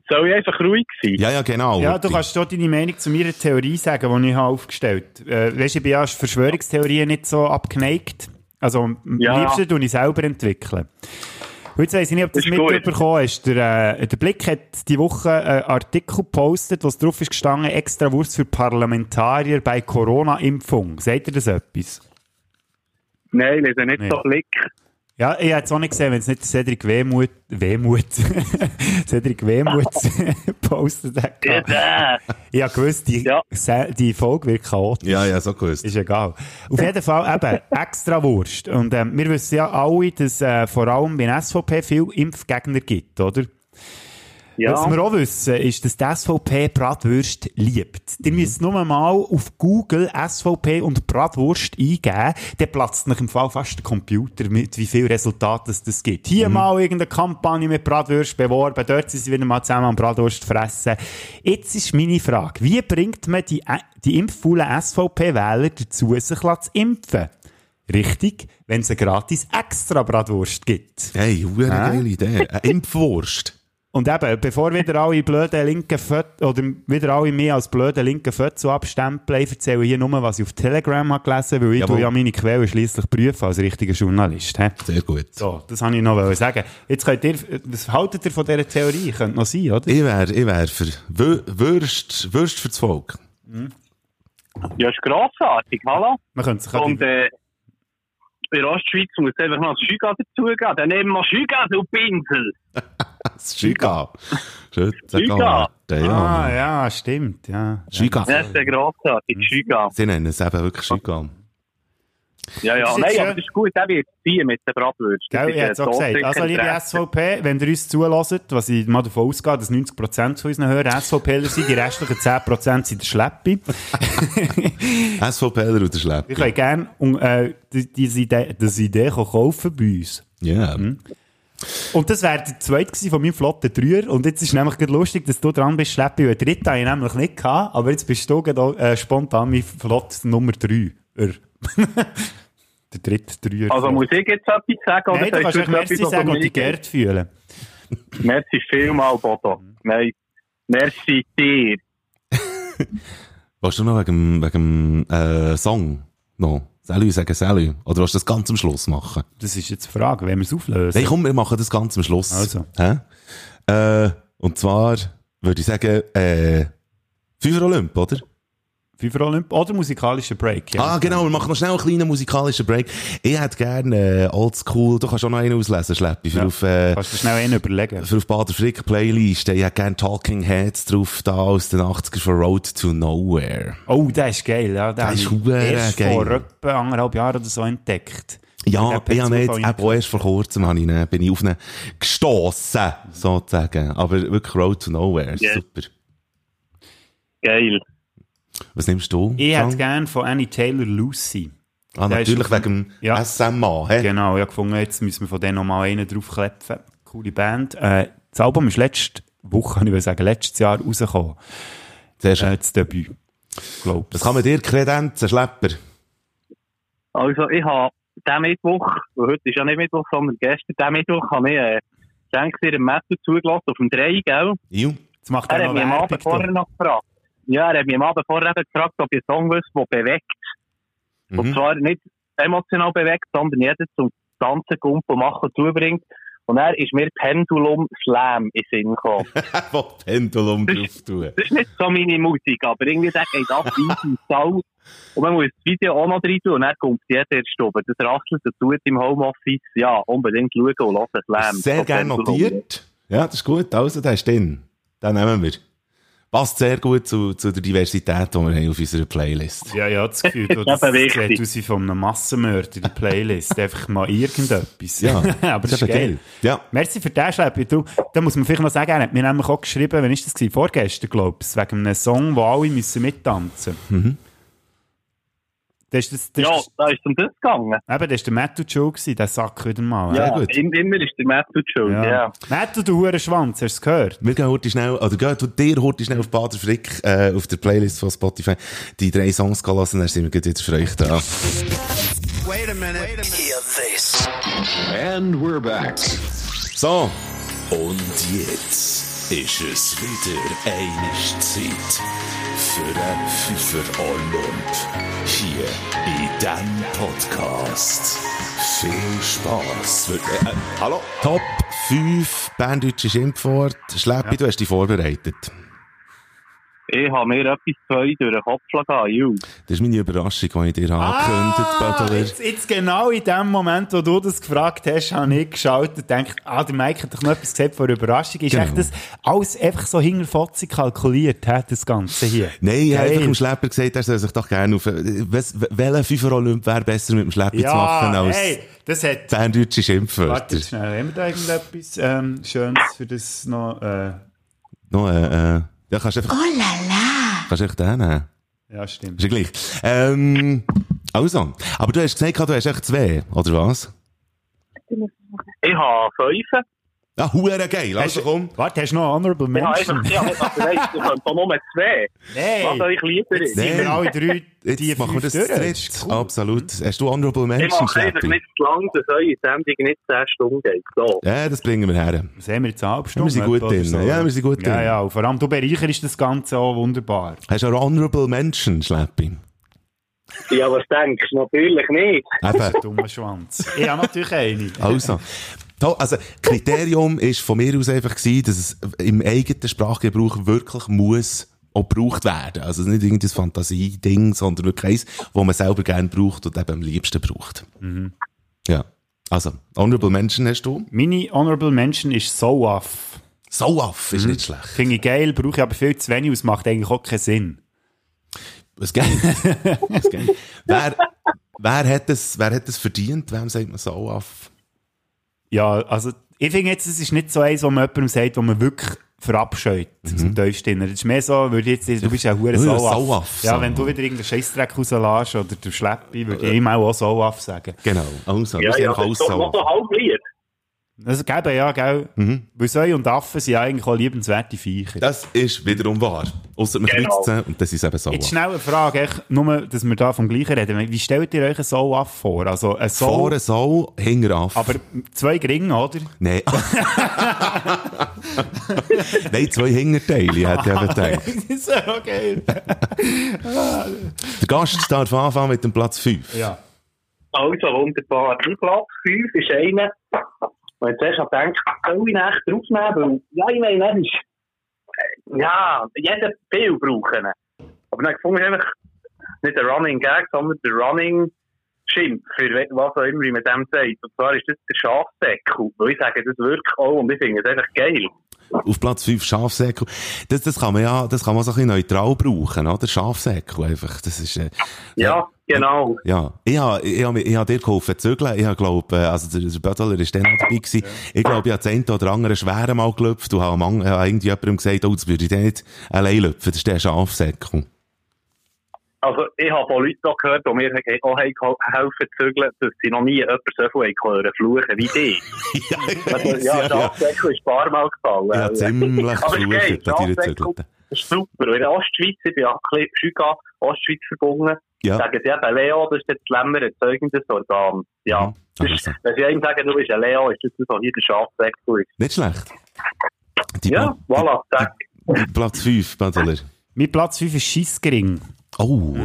soll ich einfach ruhig sein?
Ja, ja, genau.
Ja, du
Horti.
kannst doch deine Meinung zu meiner Theorie sagen, die ich habe aufgestellt habe. Äh, weißt du, ich bin ja Verschwörungstheorien nicht so abgeneigt. Also am
Ja.
liebsten tue ich selber entwickeln. Heute weiss ich nicht, ob du das
Ist gut.
mitbekommen hast. Der, äh, der Blick hat die Woche einen Artikel gepostet, was drauf ist gestanden, extra Wurst für Parlamentarier bei Corona-Impfung. Seht ihr das etwas?
Nein, lese nicht
Nee.
so Blick.
Ja, ich hätte es auch nicht gesehen, wenn es nicht Cedric Wehmut, Wehmut, Cedric Wehmut gepostet hätte.
Ja.
Ich habe gewusst, die,
äh. Ja.
Se- die Folge wird chaotisch.
Ja, ja, so gewusst.
Ist egal. Auf jeden Fall eben, extra Wurst. Und ähm, wir wissen ja alle, dass äh, vor allem bei der SVP viel Impfgegner gibt, oder? Was
ja.
wir auch wissen, ist, dass die SVP Bratwurst liebt. Ihr müsst nur mal auf Google SVP und Bratwurst eingeben, dann platzt euch im Fall fast der Computer mit, wie viele Resultate es das gibt. Hier mal irgendeine Kampagne mit Bratwurst beworben, dort sind sie wieder mal zusammen am Bratwurst fressen. Jetzt ist meine Frage, wie bringt man die, äh, die impffaulen SVP-Wähler dazu, sich zu impfen? Richtig, wenn es eine gratis extra Bratwurst gibt.
Hey, hure geile Idee. Eine Impfwurst.
Und eben, bevor wieder alle blöden linken Föt oder wieder alle mehr als blöde linken Fötze abstempeln, ich erzähle hier nur, was ich auf Telegram habe gelesen habe, weil ich
Jawohl.
tue ja meine Quellen schließlich prüfe als richtiger Journalist. He?
Sehr gut.
So, das wollte ich noch wollen sagen. Jetzt könnt ihr, was haltet ihr von dieser Theorie? Könnte noch sein, oder?
Ich wäre ich wär für Wür- Würst, Würst fürs Volk.
ja, ist grossartig, hallo.
Man könnte sich
Und äh, in der Ostschweiz muss einfach noch das Schüga dazugeben. Dann nehmen wir Schüga und Pinsel.
Das Schüga. Schüga.
Schüga.
Ah,
Ja.
ja, stimmt, ja.
Schüga.
Das ist ja grossartig, Schüga.
Sie nennen es eben wirklich Schüga.
Ja, ja,
Das ist
nein,
jetzt
aber
schön.
das ist gut, der wird ziehen mit der Bratwürste.
Gell, ich hätte es auch gesagt. Also, liebe SVP, wenn ihr uns zulässt, was ich mal davon ausgehe, dass 90% von unseren Hörern SVPler sind, die restlichen 10% sind der Schleppi.
SVPler und der
Wir
Schleppi.
können gerne um, äh, die- diese Idee, das Idee kaufen bei uns.
Ja.
Und das wäre der zweite gewesen von meinem flotten Dreier. Und jetzt ist nämlich gerade lustig, dass du dran bist, Schleppi. Den dritten habe ich nämlich nicht gehabt, aber jetzt bist du gerade auch, äh, spontan mein flott Nummer 3. der dritte Dreier.
Also muss ich jetzt etwas sagen?
Nein, du kannst
sollst
echt Merci
etwas, was
sagen
du
und
mir
dich geehrt fühlen.
gibst? Merci vielmal, Bodo. Nein, merci dir.
Willst du noch wegen, dem- wegen dem, äh, Song noch? Salü sagen Salü. Oder willst du das ganz am Schluss machen?
Das ist jetzt die Frage, wenn wir es auflösen.
Nein, komm, wir machen das ganz am Schluss.
Also.
Hä? Äh, und zwar würde ich sagen, äh, Fünfer Olymp, oder?
Fünfer Olymp oder musikalischer Break. Ja.
Ah, genau, wir machen noch schnell einen kleinen musikalischen Break. Ich hätte gerne äh, Oldschool, du kannst auch noch einen auslesen, Schleppi, für
Ja.
auf... Äh,
Kannst du dir schnell einen überlegen.
für auf Bader Frick Playlist, ich hätte gerne Talking Heads drauf, da aus den 80ern von Road to Nowhere.
Oh, der ist geil. Ja, der
ist
habe ich
verdammt
erst
geil.
vor etwa anderthalb Jahren oder so entdeckt.
Ja,
hab per
ich habe
Zufall
jetzt eben auch erst vor kurzem habe ich ihn, äh, bin ich auf ihn gestossen, sozusagen. Aber wirklich Road to Nowhere,
Ja.
super.
Geil.
Was nimmst du?
Ich
Frank?
hätte gerne von Annie Taylor Lucy.
Ah,
Der
natürlich
ist-
wegen dem
Ja.
SMA. He?
Genau, ich habe gefunden, jetzt müssen wir von denen noch mal einen draufklepfen. Coole Band. Äh, das Album ist letzte Woche, kann ich wohl sagen, letztes Jahr rausgekommen.
Sehr schön.
Äh, das Debüt. Glaub's.
Das kann man dir kredenzen, Schlepper.
Also, ich habe diesen Mittwoch, weil heute ist ja nicht Mittwoch, sondern gestern, diesen Mittwoch habe ich äh, Schenk dir im Metal zugelassen auf dem Drei, gell?
Ju.
Jetzt macht
Er
er
hat
noch
mich am
Werbung.
Abend vorher
da.
noch gefragt. Ja, er hat mich am Abend vorher eben gefragt, ob ich einen Song wüsste, der bewegt. Und
Mhm.
zwar nicht emotional bewegt, sondern jeder zum Tanzen, Gumpen, Machen zubringt. Und er ist mir Pendulum Slam in den Sinn gekommen.
Wo die Pendulum
Das-
drauf tun.
Das ist nicht so meine Musik, aber irgendwie der geht ab wie im Stall. Und man muss das Video auch noch rein tun und dann kommt jeder erst oben. Das rasselt dazu im Homeoffice. Ja, unbedingt schauen und hören
Ähm,
Slam.
Sehr
Von
gerne
Pendulum.
notiert. Ja, das ist gut. Also, der ist drin. Den nehmen wir. Passt sehr gut zu, zu der Diversität, die wir haben auf unserer Playlist.
Ja, ja, das Gefühl, du, das
Eben
sieht
wichtig.
aus wie von einem Massenmörder, die Playlist. Einfach mal irgendetwas.
Ja,
aber das ist
eben
geil.
Ja,
Merci für den Schleppi. Darum- Da muss man vielleicht noch sagen, er hat mir nämlich auch geschrieben, wenn ist das gewesen? Vorgestern, glaube ich, wegen einem Song, wo alle müssen mittanzen müssen.
Mhm.
Das ist das, das
Ja,
ist
da ist es um das gegangen.
Eben, das war der Matthew Joe, gewesen, der Sack wieder mal.
Ja,
Ja,
gut.
im- immer ist der Matthew schuld. Ja.
Matthew, du Hurenschwanz, hast du es gehört?
wir gehen heute schnell, oder geht du dir heute schnell auf Bader Frick, äh, auf der Playlist von Spotify, die drei Songs gehen lassen, dann sind wir gleich wieder für euch da.
And we're back.
So,
Und jetzt ist es wieder eine Zeit für einen Fünfer Olymp. Hier in diesem Podcast.
Viel Spaß. Äh, äh, hallo? Top 5 Berndeutsche Schimpfwort. Schleppi, du hast dich vorbereitet.
Ich habe mir etwas zwei durch den Kopf gegangen. Ju.
Das ist meine Überraschung, die ich dir angekündigt
Ah,
habe.
jetzt, jetzt genau in dem Moment, wo du das gefragt hast, habe ich geschaut und gedacht, ah, der Mike hat doch noch etwas gesagt von der Überraschung. Ist
Genau.
echt das alles einfach so hinterfotzig kalkuliert, hä, das Ganze hier?
Nein, ich habe
Geil.
einfach dem Schlepper gesagt, er soll sich doch gerne auf... äh, was- Welcher Fünfer Olymp wäre besser mit dem Schleppi zu machen
Ja,
als
hey, das hat...
Berndeutsche
Warte
Schimpfwörter?
jetzt schnell, haben wir da irgendetwas ähm, Schönes für das noch... Äh,
No, äh, äh, ja, kannst du einfach... Oh la la! Kannst du einfach den nehmen.
ja, stimmt.
Ist ja gleich. Ähm, also, aber du hast gesagt, du hast echt zwei, oder was?
Ich habe fünf.
Ah, hure geil, also komm.
Warte, hast du noch Honorable
Ich habe
Menschen?
einfach, ich habe einfach gesagt, ihr könnt doch nur zwei. Was
Nein,
euch lieber ist.
sind wir
Nein.
alle drei
Jetzt
die
machen
fünf
wir das
durch?
zu
Das ist
dritt.
cool.
Absolut. Hast du Honorable
Ich
Menschen,
mache einfach
Schleppi?
nicht zu lang, dass eure Sendung nicht 10 Stunden geht. So.
Ja, das bringen wir her.
Was haben wir jetzt? Eine halbe Stunde?
sind gut
etwa oder
drin. Ja, wir sind gut
Ja,
drin.
ja, und vor allem du bereicherst das Ganze auch wunderbar.
Hast du auch Honorable Menschen, Schleppi?
Ja, was denkst du? Natürlich nicht.
Eben.
Dummer Schwanz. Ich habe natürlich eine.
Also, to- also Kriterium ist von mir aus einfach gewesen, dass es im eigenen Sprachgebrauch wirklich muss auch gebraucht werden. Also es ist nicht irgendein Fantasieding, sondern wirklich eins, wo man selber gerne braucht und eben am liebsten braucht. Ja. Also, Honorable Menschen hast du.
Meine Honorable Mention ist so off.
So off ist nicht schlecht.
Finde ich geil, brauche ich aber viel zu wenig, und es macht eigentlich auch keinen Sinn.
Was geht? Was geht? wer, wer, hat das, wer hat das verdient? Wem sagt man so off?
Ja, also ich finde jetzt, es ist nicht so eins, wo man jemandem sagt, wo man wirklich verabscheut zum Tiefsten. Das ist mehr so, würde ich jetzt, du bist ja hure
Ja,
so
Sauaff,
Ja, wenn du
Sauaff.
wieder irgendeinen Scheißdreck rauslässt oder der Schleppi, würde ich ihm auch so off sagen.
Genau. Also,
Ja,
wir sind
ja,
einfach
das
alles
ist doch
so
noch so
off.
halb lieb.
Also gäbe ja, gell? Weil Säu und Affen sind ja eigentlich auch liebenswerte Viecher.
Das ist wiederum wahr. Außer man
Genau.
kreuzt sie und das ist eben so
Jetzt
off.
schnell eine Frage, echt, nur, dass wir da vom Gleichen reden. Wie stellt ihr euch ein Soul-Aff vor? Also ein Soul,
Vorne so, hinten auf.
aber zwei Gringe, oder?
Nein. Nein, zwei Hinterteile, hätte ich eben gedacht.
das ist ja auch geil.
Der Gast darf anfangen mit dem Platz 5.
Ja.
Also wunderbar. Mein Platz 5 ist einer, wo ich zuerst denkt, soll ich ihn echt draufnehmen? Weil, ja, ich meine, er ist, äh, ja, jeder viel brauchen. ihn. Aber dann gefunden ich einfach nicht der Running Gag, sondern der Running Schimpf, für we- was auch immer ich mit dem sagt. Und zwar ist das der Schafdeckel. Weil ich sage das wirklich auch und ich finde es einfach geil.
Auf Platz 5 Schafsäckel. Das, das kann man ja, das kann man so ein bisschen neutral brauchen, oder? Schafsäckel einfach. Das ist, äh,
Ja, genau.
Ja, ich habe ich hab, ich hab dir geholfen zu zügeln. Ich glaube, also der, der Böttler ist dann auch dabei gewesen. Ich glaube, ich habe das eine oder andere schwere mal gelöpft und habe man- habe irgendjemandem gesagt, oh, das würde ich dir nicht allein löpfen. Das ist der Schafsäckel.
Also, ich habe von Leuten auch gehört, die mir oh, auch haben geholfen zu zügeln, dass sie noch nie jemanden so viel haben hören fluchen wie dich. Also, ja, Schafdeckel ist ein paar Mal gefallen.
Ich habe ziemlich
Aber es
geflucht
geht,
an deiner
Schafsäckel.
Zügelte.
ist super. Weil in der Ostschweiz, ich bin ja ein bisschen Schüga, Ostschweiz verbunden,
Ja.
sagen sie eben, Leo, das ist jetzt Lämmer, erzeugendes Organ. Ja.
Mhm.
Das ist-
Also.
Wenn sie einem sagen, du bist ein Leo, ist das so hier der Schafdeckel. ist.
Nicht schlecht. Die
Ja, voilà, zack.
Platz 5, Böttler.
Mein Platz 5 ist Scheissgring.
Oh,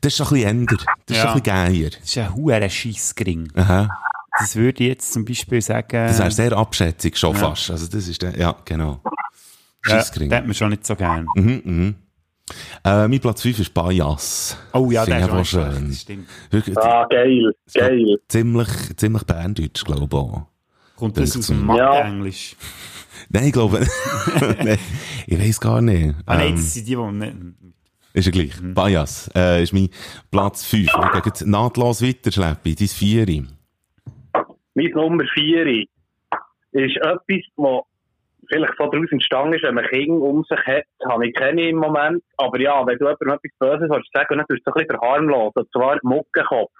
das ist doch ein bisschen änder.
Mhm.
Das ist
Ja.
doch ein bisschen geier.
Das ist ein hoher Scheissgring.
Aha.
Das würde ich jetzt zum Beispiel sagen...
Das wäre sehr abschätzig schon fast. Also das ist der, ja, genau.
äh,
Scheissgring.
Das hat man schon nicht so gern.
Mhm, mhm. Äh, mein Platz 5 ist Bajas.
Oh ja, der
Finde
ist
ich
auch
aber
schlecht,
schön.
das stimmt.
Wirklich
Ah, geil, geil.
ziemlich, ziemlich berndeutsch, glaube ich auch.
Kommt das
Das
aus dem
zum-
Mathe-Englisch?
Nein, ich glaube, Nein, ich weiß gar nicht.
Ah Mhm. nein,
Ähm,
das sind die, die... man nicht-
Ist ja gleich. Bajas äh, ist mein Platz 5. Wir gehen jetzt nahtlos weiter, Schleppi, dein 4.
Mein Nummer 4 ist etwas, was vielleicht von draußen entstanden ist, wenn man Kinder um sich hat, habe ich keine im Moment. Aber ja, wenn du jemandem etwas Böses willst, sagen, dann tust du es ein bisschen verharmlosen. Und zwar Muckenkopf.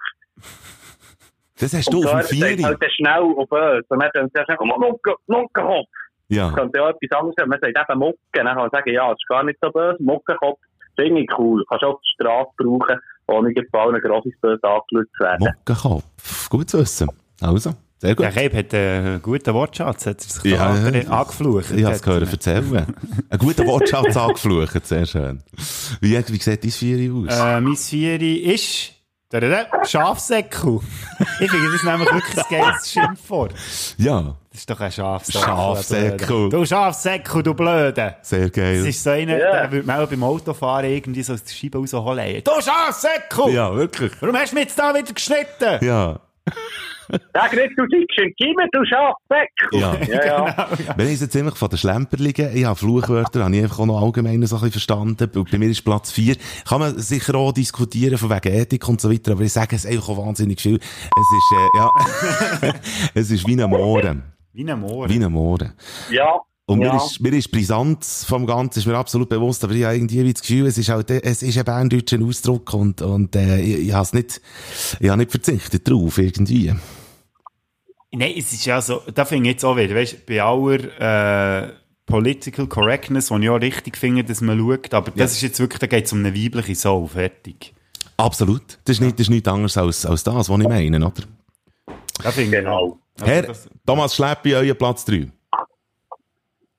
Das hast du auf dem
Dort sagt
4.
halt dann schnell und böse. Und dann sagen sie schnell, oh, Mucke, Muckenkopf.
Ja.
Könnte ja auch etwas anderes sein. Man sagt eben Mucke. Dann kann man sagen, ja, das ist gar nicht so böse. Muckenkopf, finde ich cool. Kannst auch auf die Straße brauchen, ohne jetzt bei allen grosses Böse angeschaut zu werden.
Mockenkopf. Gut zu wissen. Also, sehr gut.
Der Keib hat einen guten Wortschatz, hat er sich
Ja,
da
ja.
angeflucht.
Ich habe es gehört erzählen. Ein guter Wortschatz Äh, angeflucht, sehr schön. Wie, wie sieht dein Vieri aus?
Äh, mein Vieri ist Dadada, Schafsäckel. Ich finde das nämlich wirklich ein geiles Schimpfwort.
Ja,
Das ist doch ein Schafsäckel.
Schafsäckel.
Blöde. Du Schafsäckel, du Blöde.
sehr
Das
geil.
ist so einer,
Ja.
der würde man auch beim Autofahren irgendwie so aus der Scheibe rausholen. Du Schafsäckel!
Ja, wirklich.
Warum hast du mich jetzt da wieder geschnitten?
Ja.
Sag nicht, du Dickst und gib mir, du Schafsäckel.
Ja.
ja. ja.
Wenn ich jetzt ziemlich von der Schlemper liege, ich habe Fluchwörter, habe ich einfach auch noch allgemein so ein bisschen verstanden. Und Bei mir ist Platz 4. Kann man sicher auch diskutieren von wegen Ethik und so weiter, aber ich sage es einfach auch wahnsinnig viel. Es ist, äh, ja, es ist wie ein Mohren.
Wie ein Moor.
Wie ein Mohren.
Ja.
Und
ja.
mir ist, mir ist Brisanz vom Ganzen, ist mir absolut bewusst, aber ich habe irgendwie wie das Gefühl, es ist halt, äh, es ist ein berndeutscher Ausdruck und, und, äh, ich, ich habe es nicht, ich habe nicht verzichtet drauf, irgendwie.
Nein, es ist ja so, da finde ich jetzt auch wieder, weißt, bei aller äh, Political Correctness, die ich auch richtig finde, dass man schaut, aber das ist jetzt wirklich, da geht es um eine weibliche Soul, fertig.
Absolut. Das ist nicht, das ist nichts anderes als, als das, was ich meine, oder?
Da finde
Genau.
ich. Also
Herr
das-
Thomas Schleppi, euer Platz 3.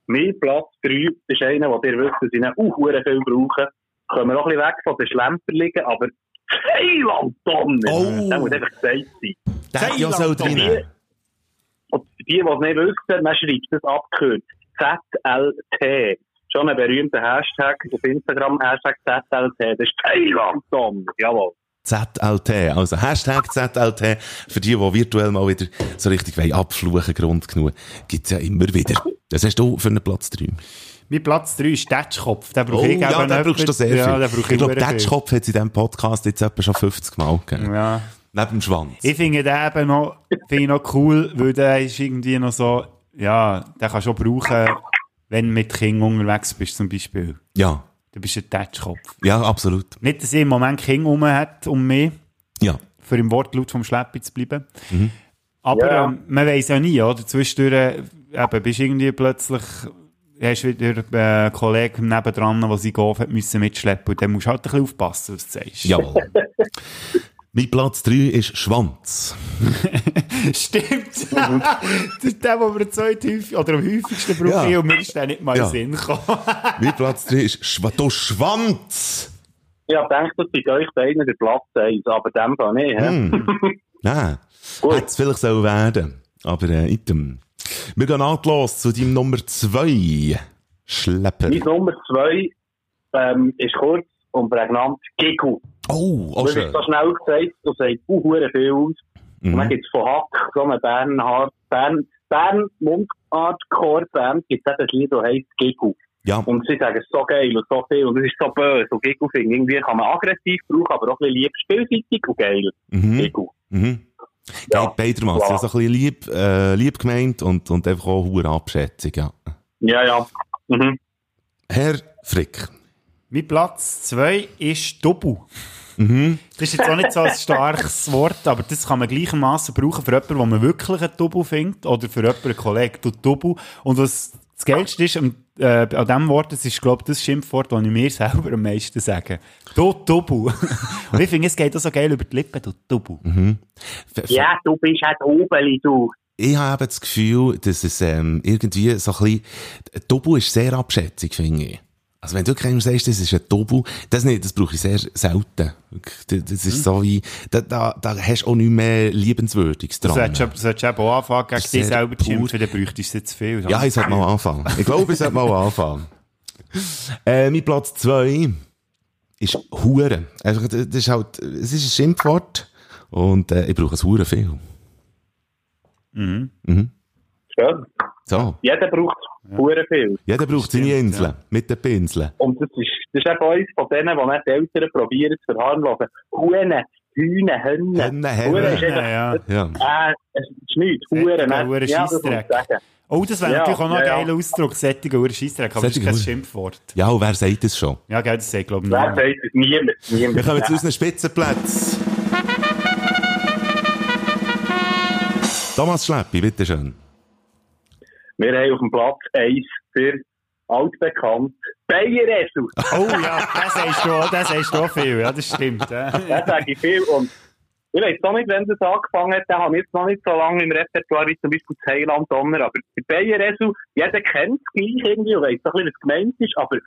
Mein Platz 3 ist einer, wo ihr wisst, dass ich ihn auch verdammt viel brauche. Können wir noch ein bisschen weg von den Schlemperligen, aber Thailand-Donner,
Oh.
der muss einfach gesagt sein.
Der hat ja so drin.
Und für die, die es nicht wissen, man schreibt das abgekürzt. ZLT. Schon ein berühmter Hashtag auf Instagram, Hashtag ZLT. Das ist Thailand-Donner, jawohl.
ZLT. Also Hashtag ZLT. Für die, die virtuell mal wieder so richtig wollen, abfluchen, Grund genug, gibt's ja immer wieder. Das hast du für einen Platz 3.
Mein Platz 3 ist Tätschkopf, den brauche ich eben
den Oh, brauchst du
öfters.
sehr viel.
Ja, den
ich
brauche ich
glaube,
sehr viel.
Tätschkopf hat es in diesem Podcast jetzt etwa schon 50 Mal gegeben.
Ja.
Neben dem Schwanz.
Ich finde den eben noch, finde ich noch cool, weil der ist irgendwie noch so, ja, den kannst du auch brauchen, wenn du mit Kindern unterwegs bist zum Beispiel.
Ja.
Du bist ein Tätschkopf.
Ja, absolut.
Nicht, dass ich im Moment Kinder rum hat, um mich.
Ja.
für im Wortlaut vom Schleppi zu bleiben. Aber
Ja.
ähm, man weiß ja nie, oder? Zwischendurch äh, eben, bist du irgendwie plötzlich, hast wieder äh, einen Kollegen nebendran, der sie gehen hat müssen mitschleppen und dann musst du halt ein bisschen aufpassen, was du sagst.
Jawohl. mein Platz 3 ist Schwanz.
Stimmt. das ist der, den wir zweithäufig, oder am häufigsten brauchen
Ja.
ich, und mir ist der nicht mal
Ja.
in den Sinn gekommen.
mein Platz 3 ist Schwa du Schwanz.
Ich habe gedacht, das sei euch einer der Platz 1, aber in dem Fall nicht. hä?
Nein.
Gut.
Hätte es vielleicht so werden. Aber äh, item. Wir gehen nahtlos zu deinem Nummer 2. Schlepper.
Mein Nummer 2 ähm, ist kurz und prägnant Giggle.
Oh, oh
Das ist
schön.
so schnell gesagt, du sagst auch hure viel aus. Und dann
Mhm.
gibt es von Hack, so eine Bernhard, Bern, Bern Mundart Core Band, gibt es eben ein Lied, das heisst Giggle.
Ja,
Und sie sagen, es ist so geil und so viel und es ist so böse. Und Giggle finden, irgendwie kann man aggressiv brauchen, aber auch ein bisschen lieb, spielseitig und geil.
mhm.
Giggle.
Mhm. Ja, Beidermaß.
klar.
Ja, so ein bisschen lieb, äh, lieb gemeint und, und einfach auch hohe Abschätzung. Ja.
Ja, ja. Mhm.
Herr Frick.
mein Platz 2 ist Dubu.
Mhm.
Das ist jetzt auch nicht so ein starkes Wort, aber das kann man gleichermaßen brauchen für jemanden, wo man wirklich einen Double findet oder für jemanden, einen Kollegen, du Double. Und was das Geilste ist, am- äh, an diesem Wort, das ist, glaube ich, das Schimpfwort, das ich mir selber am meisten sage. Du Double. Und ich finde, es geht auch so geil über die Lippen, du Double.
F- f-
Ja, du bist halt oben, du.
Ich habe eben das Gefühl, dass es ähm, irgendwie so ein bisschen... Tobu ist sehr abschätzig, finde ich. Also wenn du keinem sagst, das ist ein Tobu, das nicht, das brauche ich sehr selten. Wirklich, Das das
Mhm.
ist so wie... Da, da, da hast du auch nicht mehr Liebenswürdiges
Du
dran.
solltest, du solltest eben auch anfangen, gegen
ist
dich
sehr
selber zu
pur.
schimpfen, dann bräuchtest du es zu viel.
Ja, ich sollte mal anfangen. Ich glaube, ich sollte mal anfangen. Äh, mein Platz 2 ist Hure. Einfach, das ist halt, es ist ein Schimpfwort und äh, ich brauche es Hure viel.
Schön.
So.
Jeder braucht hure viel.
Jeder braucht seine
Stimmt,
Insel mit den Pinseln.
Und das ist, das ist eben eins von denen, die dann die Eltern probieren zu verharmlosen. Huren, Hühne, Hönne.
Henne, Henne.
Huren ist einfach,
ja.
Ja.
äh, es ist nichts. Huren,
Sättiger Huren-
ja, das muss ich
Scheissdreck.
sagen.
Oh, das wäre
Ja,
natürlich auch noch ein
ja, ja.
geiler Ausdruck, sättiger Urscheissdreck, aber das ist
Sättiger
kein
Ur-
Schimpfwort.
ja, und wer sagt das schon?
Ja, gell, das sagt, glaube ich,
Wer
niemand.
sagt es? Niemand. Niemand.
Wir kommen zu unseren Spitzenplätzen. Thomas Schleppi, bitteschön.
Wir haben auf dem Platz 1 für altbekannt Bayeressel.
Oh ja, das sagst du auch, das sagst du auch viel, ja, das stimmt. Ja.
Das sage ich viel. Und ich weiß auch nicht, wenn das angefangen hat, den haben wir jetzt noch nicht so lange im Repertoire, wie zum Beispiel Thailand Donner. Aber bei Bayeressel, jeder kennt es gleich irgendwie und weiss auch ein bisschen, was gemeint ist. Aber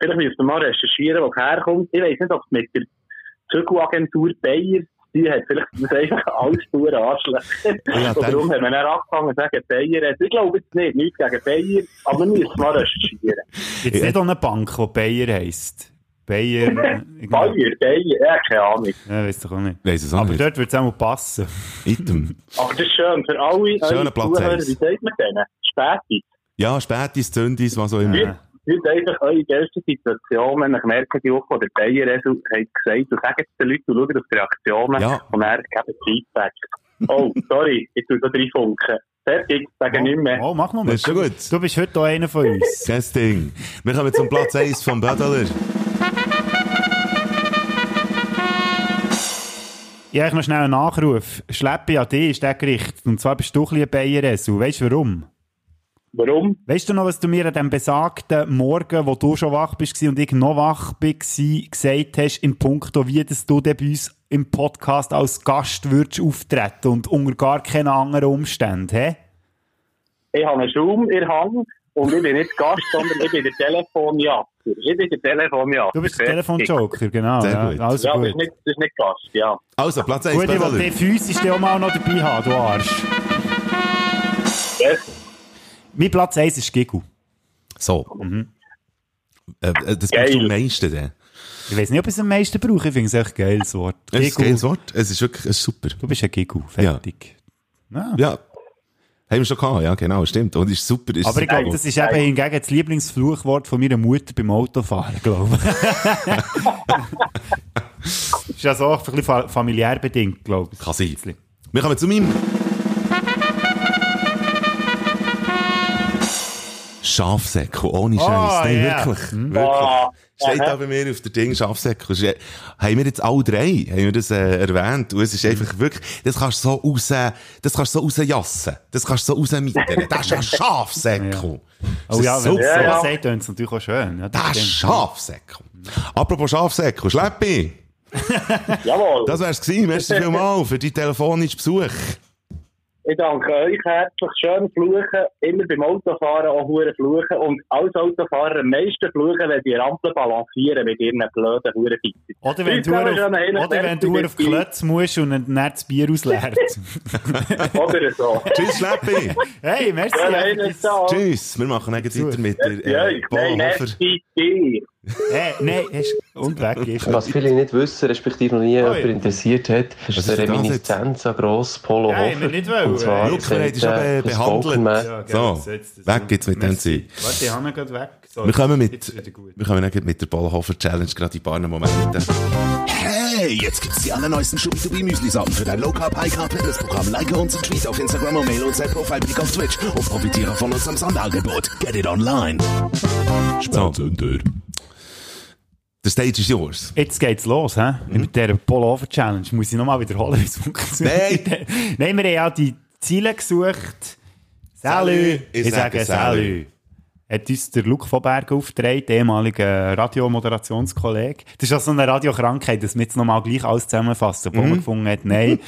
vielleicht müssen wir mal recherchieren, wo es herkommt. Ich weiß nicht, ob es mit der Zügelagentur Bayer die hat vielleicht das einfach alles pure Arschlöcher.
Ja,
Und darum
denk-
haben wir dann angefangen zu sagen, Bayer hat, ich glaube jetzt nicht, nichts gegen Bayer, aber wir müssen mal recherchieren.
Gibt es nicht auch eine Bank, die Bayer heisst? Bayer. ich glaube,
Bayer, Bayer, ja, keine Ahnung.
ja, weiss doch auch nicht.
Weiss es auch
Aber
nicht.
dort würde es auch mal passen.
Item.
Aber das ist schön für alle
Schöner
eure
Platz
Zuhörer,
eins.
wie sagt man denen? Späti.
Ja, spätis, zündis, was auch immer.
Ja.
Heute einfach eure geilste Situation, wenn ich merke, die Woche, wo der Bayer hat gesagt, und sagt es den Leuten und schaut auf die Reaktionen
Ja.
und er gibt Feedback. Oh, sorry, ich tue da drei Funken. Fertig, sage nicht mehr.
Oh, mach noch mal.
Das ist schon gut.
Du bist heute auch einer von uns.
Kein Ding. Wir kommen zum Platz 1 vom Bödeler.
Ja, ich noch schnell einen Nachruf. Schleppe an dich ist der Gericht. Und zwar bist du ein bisschen ein Bayer-Esu. Weißt du warum?
Warum?
Weißt du noch, was du mir an dem besagten Morgen, wo du schon wach bist und ich noch wach war, gesagt hast, in puncto, wie dass du dann bei uns im Podcast als Gast würdest auftreten und unter gar keinen anderen Umständen, hä?
Ich habe einen Schaum in der Hand und ich bin nicht Gast, sondern ich bin der Telefonjagd. Ich bin der Telefonjagd.
Du bist der
Fertig.
Telefonjoker, genau.
Sehr
ja,
gut.
Also
Ja, das ist,
gut.
nicht, das ist nicht Gast, ja.
Also, Platz 1
Gut, ich will
Bödeler.
den physisch dann auch mal noch dabei haben, du Arsch.
Yes.
Mein Platz 1 ist Gigu.
So. Äh, äh, das
Geil.
brauchst du am meisten dann.
Ich weiß nicht, ob ich es am meisten brauche. Ich finde es echt ein geiles Wort.
Es ist ein
Gigu.
geiles Wort. Es ist wirklich es ist super.
Du bist ein Gigu. Fertig. Ah.
Ja. Haben wir schon gehabt, ja, genau, stimmt. Und ist super. Ist
Aber ich
super.
glaube, das ist eben hingegen das Lieblingsfluchwort von meiner Mutter beim Autofahren, glaube ich. ist ja so auch ein bisschen fa- familiär bedingt, glaube ich.
Kann sein. Wir kommen zu meinem. Schafsäckel, ohne Scheiß. Nein,
Ah, yeah. Mm.
wirklich. wirklich.
Ah,
Steht
aha.
da bei mir auf der Ding Schafsäckel. Ist, äh, Haben wir jetzt alle drei, haben wir das äh, erwähnt. Und es
Mm.
ist einfach wirklich, das kannst du so raus, das kannst du so rausjassen. Das kannst du so rausmieten. Das ist ein Schafsäckel. Das
Oh
ist
ja, wenn
super.
es so
Ja, ja.
sagt, dann ist es natürlich auch schön. Ja,
Das ist
stimmt.
Schafsäckel. Apropos Schafsäckel, Schleppi.
Jawohl.
Das wär's gewesen. Merci vielmals für deinen telefonischen Besuch.
Ich danke euch herzlich. Schön fluchen. Immer beim Autofahren auch hure fluchen. Und als Autofahrer am meisten fluchen, wenn die Rampen balancieren mit ihren blöden Hurenfitzen.
Oder wenn du, auf, oder wenn du auf die Klötze musst und dann das Bier ausleert.
Oder so.
Tschüss, Schleppi.
hey, merci.
Ja, nein, das ist so.
Tschüss. Wir machen jetzt weiter mit der
Ja,
äh,
ich nein,
Bahnhofer.
merci dir.
hey, nein, hast, und weg ist.
Was viele nicht wissen, respektive noch nie
Oi.
jemand interessiert hat, ist
Was
eine
ist das
Reminiszenz an gross Polo
Ja,
Hofer.
haben wir nicht wollen.
Und zwar
Look, wir haben
sagt,
dich schon
äh,
be- behandelt.
Spoken Man-
Ja, gell,
So,
jetzt setzt es
weg
um.
geht's mit dem
Merci.
Sein.
Warte, die Hanna geht weg. So,
Wir kommen
jetzt
mit,
ist wieder gut.
wir kommen dann mit der Ballhofer Challenge gerade in ein paar Momenten.
Hey, jetzt gibt's die allerneuesten Schubidubi-Müsli-Sorten für dein Low-Carb, High-Carb, Fitnessprogramm. Like uns und Tweet auf Instagram und mail uns dein Profilbild auf Twitch und profitiere von unserem Sonderangebot. Get it online.
So, the stage is yours.
Jetzt geht's los, hä?
Mhm.
Mit dieser Pullover-Challenge. Muss ich nochmal wiederholen, wie es funktioniert. Nein! Nein, wir haben ja die Ziele gesucht. Salü!
Salü. Ich
Ich sage
sage
Salü. Hat uns der Luc von Berg aufgetragen, ehemaliger Radiomoderationskollege. Das ist ja so eine Radiokrankheit, dass wir jetzt nochmal gleich alles zusammenfassen,
Mhm.
obwohl man gefunden hat, nein.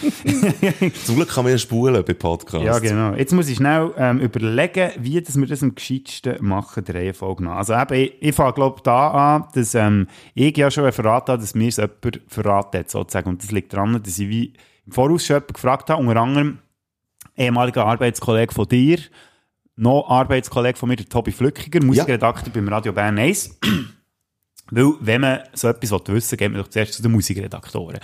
Zum Glück kann man ja spulen bei Podcasts.
Ja, genau. Jetzt muss ich schnell ähm, überlegen, wie dass wir das am gescheitsten machen, der Reihenfolge nach. Also eben, ich, ich fange, glaube da an, dass ähm, ich ja schon einen Verrat habe, dass mir es jemand verraten hat, sozusagen. Und das liegt daran, dass ich wie im Voraus schon jemanden gefragt habe, unter anderem ehemaliger Arbeitskollege von dir, noch Arbeitskollege von mir, der Tobi Flückiger, Musikredakteur beim Radio Bern 1. Weil, wenn man so etwas wissen will, geht man doch zuerst zu den Musikredaktoren.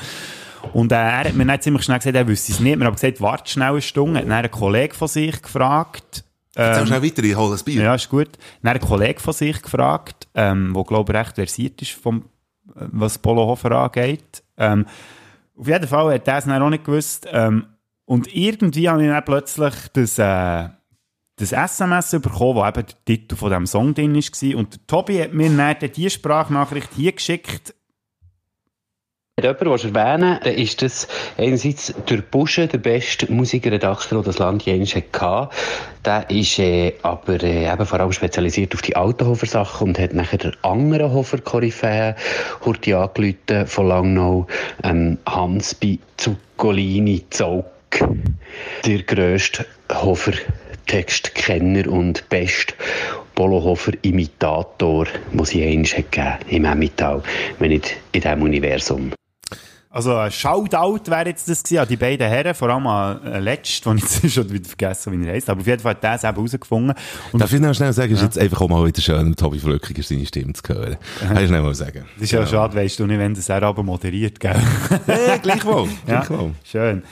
Und äh, er hat mir dann ziemlich schnell gesagt, er wüsste es nicht. Wir haben gesagt, warte schnell eine Stunde. Hat dann einen Kollegen von sich gefragt.
Jetzt
Ähm,
schnell weiter, ich hole das Bier.
ja, ist gut. Dann hat ein Kollege von sich gefragt, ähm, der, glaube ich, recht versiert ist, vom, äh, was Polohofer angeht. Ähm, auf jeden Fall hat er es dann auch nicht gewusst. Ähm, und irgendwie habe ich dann plötzlich das, äh, das SMS bekommen, wo eben der Titel von diesem Song drin war. Und der Tobi hat mir dann diese Sprachnachricht hier geschickt.
Wenn jemand was erwähnen will, dann ist das einerseits der Busche, der beste Musikredakteur, den das Land jemals hatte. Der ist äh, aber äh, eben vor allem spezialisiert auf die Autohofer-Sachen und hat nachher den anderen Hofer-Koryphäen, Hurti angerufen von Langnau, ähm, Hans bei Zuccolini Zaug. Der grösste Hofer-Textkenner und beste Polohofer-Imitator, den es jemals gegeben hat im Emmental, wenn nicht in diesem Universum.
Also ein Shoutout wäre jetzt das gewesen an die beiden Herren, vor allem an äh, Letzt, den ich jetzt schon wieder vergessen wie er heisst. Aber auf jeden Fall hat der es eben rausgefunden. Und
Darf ich noch schnell sagen, ist jetzt einfach auch mal wieder schön, dem Tobi Flöckiger seine Stimme zu hören. Kann ich schnell mal sagen.
das ist ja schade, weißt du nicht, wenn das er aber moderiert, gell?
Hey, gleichwohl.
Ja,
gleichwohl.
schön.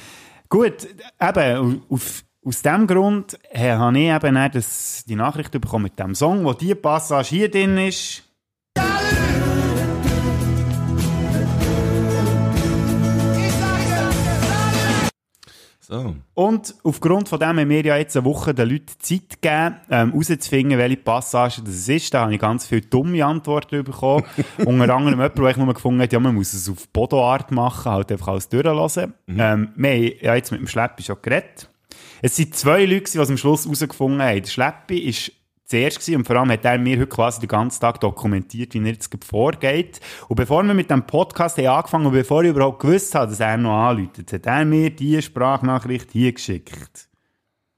Gut, eben, auf, aus dem Grund äh, habe ich eben dann das, die Nachricht bekommen mit dem Song, wo die Passage hier drin ist.
So.
Und aufgrund von dem haben wir ja jetzt eine Woche den Leuten Zeit gegeben, ähm, herauszufinden, welche Passage das ist. Da habe ich ganz viele dumme Antworten bekommen. Unter anderem jemand, der ich nur gefunden hat, ja, man muss es auf Bodoart machen, halt einfach alles durchlassen. Ähm, wir haben ja jetzt mit dem Schleppi schon geredet. Es sind zwei Leute, gewesen, die es am Schluss herausgefunden haben. Der Schleppi ist zuerst gewesen und vor allem hat er mir heute quasi den ganzen Tag dokumentiert, wie er jetzt gerade vorgeht. Und bevor wir mit dem Podcast haben angefangen und bevor ich überhaupt gewusst habe, dass er noch anläutet, hat er mir diese Sprachnachricht hier geschickt.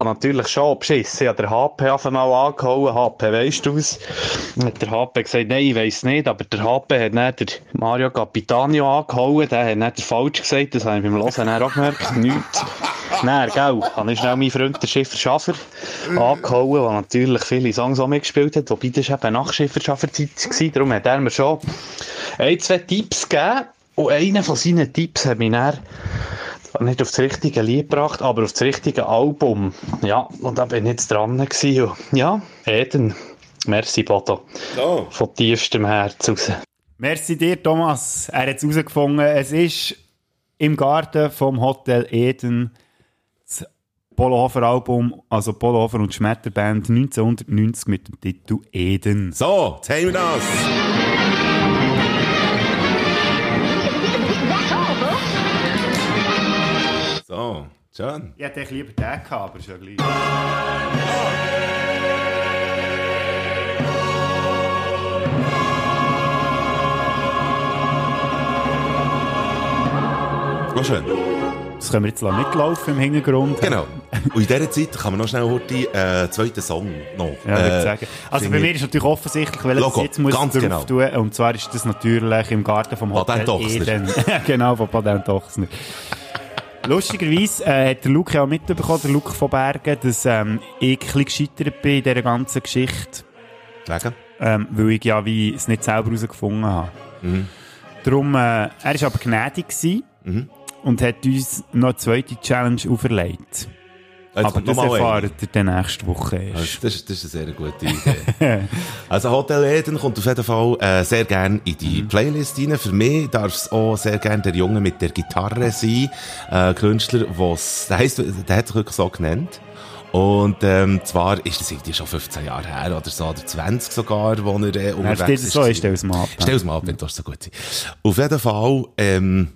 Ja, Natürlich schon, beschissen. Ich habe den HP auf einmal angehauen. HP, weißt du es? Hat der HP gesagt, nein, ich weiss nicht. Aber der HP hat dann der Mario Capitano angehauen. Der hat dann falsch gesagt. Das habe ich beim Hören dann auch gemerkt. Nichts. Nein, gell. Habe ich schnell meinen Freund, der Schiffer Schaffer, angehauen, der natürlich viele Songs auch mitgespielt hat. Wobei das eben nach Schiffer Schaffer Zeit war. Darum hat er mir schon ein, zwei Tipps gegeben. Und einer von seinen Tipps hat mich dann nicht auf das richtige Lied gebracht, aber auf das richtige Album. Ja, und da bin ich jetzt dran. Gewesen. Und Ja, Eden. Merci, Bodo. Von tiefstem Herzen raus.
Merci dir, Thomas. Er hat es herausgefunden. Es ist im Garten vom Hotel Eden das Polohofer Album, also Polohofer und Schmetterband 1990 mit dem Titel Eden.
So, jetzt haben wir das. So, schön.
Ich hätte eigentlich lieber den gehabt, aber schon gleich.
Auch schön.
Das können wir jetzt lassen mitlaufen im Hintergrund.
Genau. Und in dieser Zeit kann man noch schnell heute äh, zweiten Song noch.
Ja, würde ich
äh,
sagen. Also
singen.
bei mir ist natürlich offensichtlich, weil ich
Logo,
jetzt muss
ganz
drauf
genau.
tun. Und zwar ist das natürlich im Garten vom Hotel
Patent Ochsner.
Eden. genau, von Patent Ochsner. Lustigerweise äh, hat der Luke ja auch mitbekommen, der Luke von Bergen, dass ähm, ich ein bisschen gescheitert bin in dieser ganzen Geschichte,
Sagen.
ähm, weil ich ja wie es nicht selber herausgefunden habe.
Mhm.
Darum, äh, er war aber gnädig gewesen
Mhm.
und hat uns noch eine zweite Challenge auferlegt.
Jetzt
aber
kommt
das
noch mal einer.
erfahrt ihr dann nächste Woche erst.
Also, das, ist- das ist eine sehr gute Idee. also Hotel Eden kommt auf jeden Fall äh, sehr gerne in
Mhm.
die Playlist rein. Für mich darf es auch sehr gerne der Junge mit der Gitarre sein. Äh, Künstler, was der, heisst, der hat sich wirklich so genannt. Und ähm, zwar ist das irgendwie schon 15 Jahre her oder so, oder 20 sogar, wo er äh,
Nein,
unterwegs
steht es so, ich
gewesen.
stelle es mal ab.
Stell's mal ab, wenn du so gut sein. Auf jeden Fall, ähm,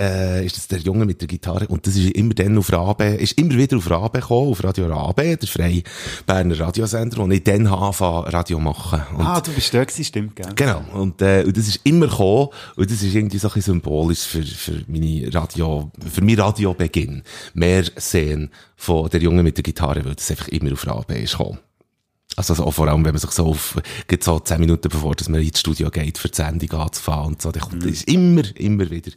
äh, ist das der Junge mit der Gitarre und das ist immer dann auf Rabe, ist immer wieder auf Rabe gekommen, auf Radio Rabe, der freie Berner Radiosender, und ich dann habe angefangen, Radio machen. Und
Ah, du bist da gewesen, stimmt, gell?
Genau. Und, äh, und das ist immer gekommen. Und das ist irgendwie so ein bisschen symbolisch für, für meine Radio, für mein Radiobeginn. Mehr sehen von der Junge mit der Gitarre, weil das einfach immer auf Rabe ist gekommen. Also, so, vor allem, wenn man sich so auf, geht so zehn Minuten bevor, dass man ins Studio geht, für die Sendung anzufahren und so, dann kommt das immer, immer wieder.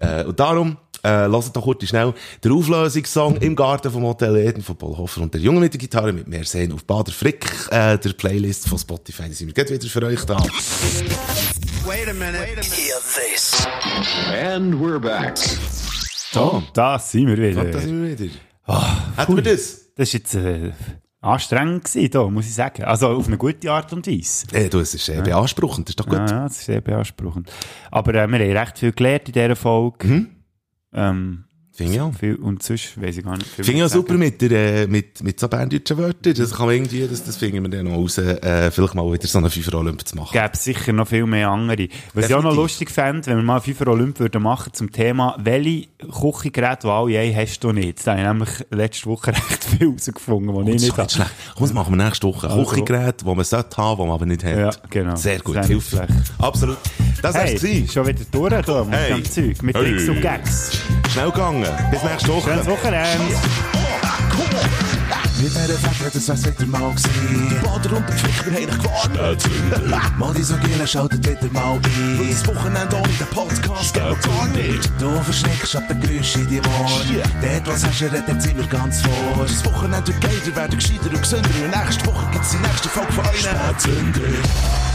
Äh, und darum, äh, lasst doch kurz schnell den Auflösungssong im Garten vom Hotel Eden von Paul Hofer und der Junge mit der Gitarre mit mehr sehen auf Bader Frick, äh, der Playlist von Spotify. Da sind wir gleich wieder für euch da. So,
Da sind wir wieder.
da sind wir wieder. Hätten wir das?
Das war jetzt äh, anstrengend, gewesen, da, muss ich sagen. Also auf eine gute Art und Weise.
Äh, du, es ist äh, beanspruchend, das ist doch gut.
Ja, ja, das ist sehr beanspruchend. Aber äh, wir haben recht viel gelernt in dieser Folge. Ähm,
Finde ich auch.
viel, und sonst weiß ich gar nicht viel.
Finde ich
mehr
auch
zu
super mit, der, äh, mit, mit so berndeutschen Wörtern. Das kann man irgendwie, das, das finden wir dann noch raus, äh, vielleicht mal wieder so einen Fünfer Olymp zu machen.
gäbe es sicher noch viel mehr andere. Was ich auch noch
Definitiv.
lustig fände, wenn wir mal FIFA Olymp würden machen zum Thema, welche Küchengeräte, die alle haben, hast du nicht. Da habe ich nämlich letzte Woche recht viel herausgefunden, die ich
Das ist
nicht
doch nicht
habe.
schlecht. Komm, das machen wir nächste Woche. Ein
Also-
Küchengerät, das man sollte haben, das man aber nicht hat.
Ja, genau.
Sehr gut,
Das wäre nicht
hilft.
schlecht.
Absolut. Das
Hey,
war's. Schnell
schon wieder durch, da, mit
Hey.
dem Zeug, mit
Hey.
Tricks und Gags.
gegangen. Bis nächste Woche.
Schönes Wochenende.
Mit dieser Frage hat es was wieder mal gesehen. Der Bader und der Ficker haben dich gewarnt. Mal die so gehen, schaltet wieder mal ein. Weil das Wochenende ohne den Podcast geht doch gar nicht. Du verschreckst ab den Geräusch in die Ohren. Dort, was hast du, redet sind wir ganz vor. Das Wochenende wird geiler, werden gescheiter und gesünder. Und nächste Woche gibt's die nächste Folge von euch. Spätzünder.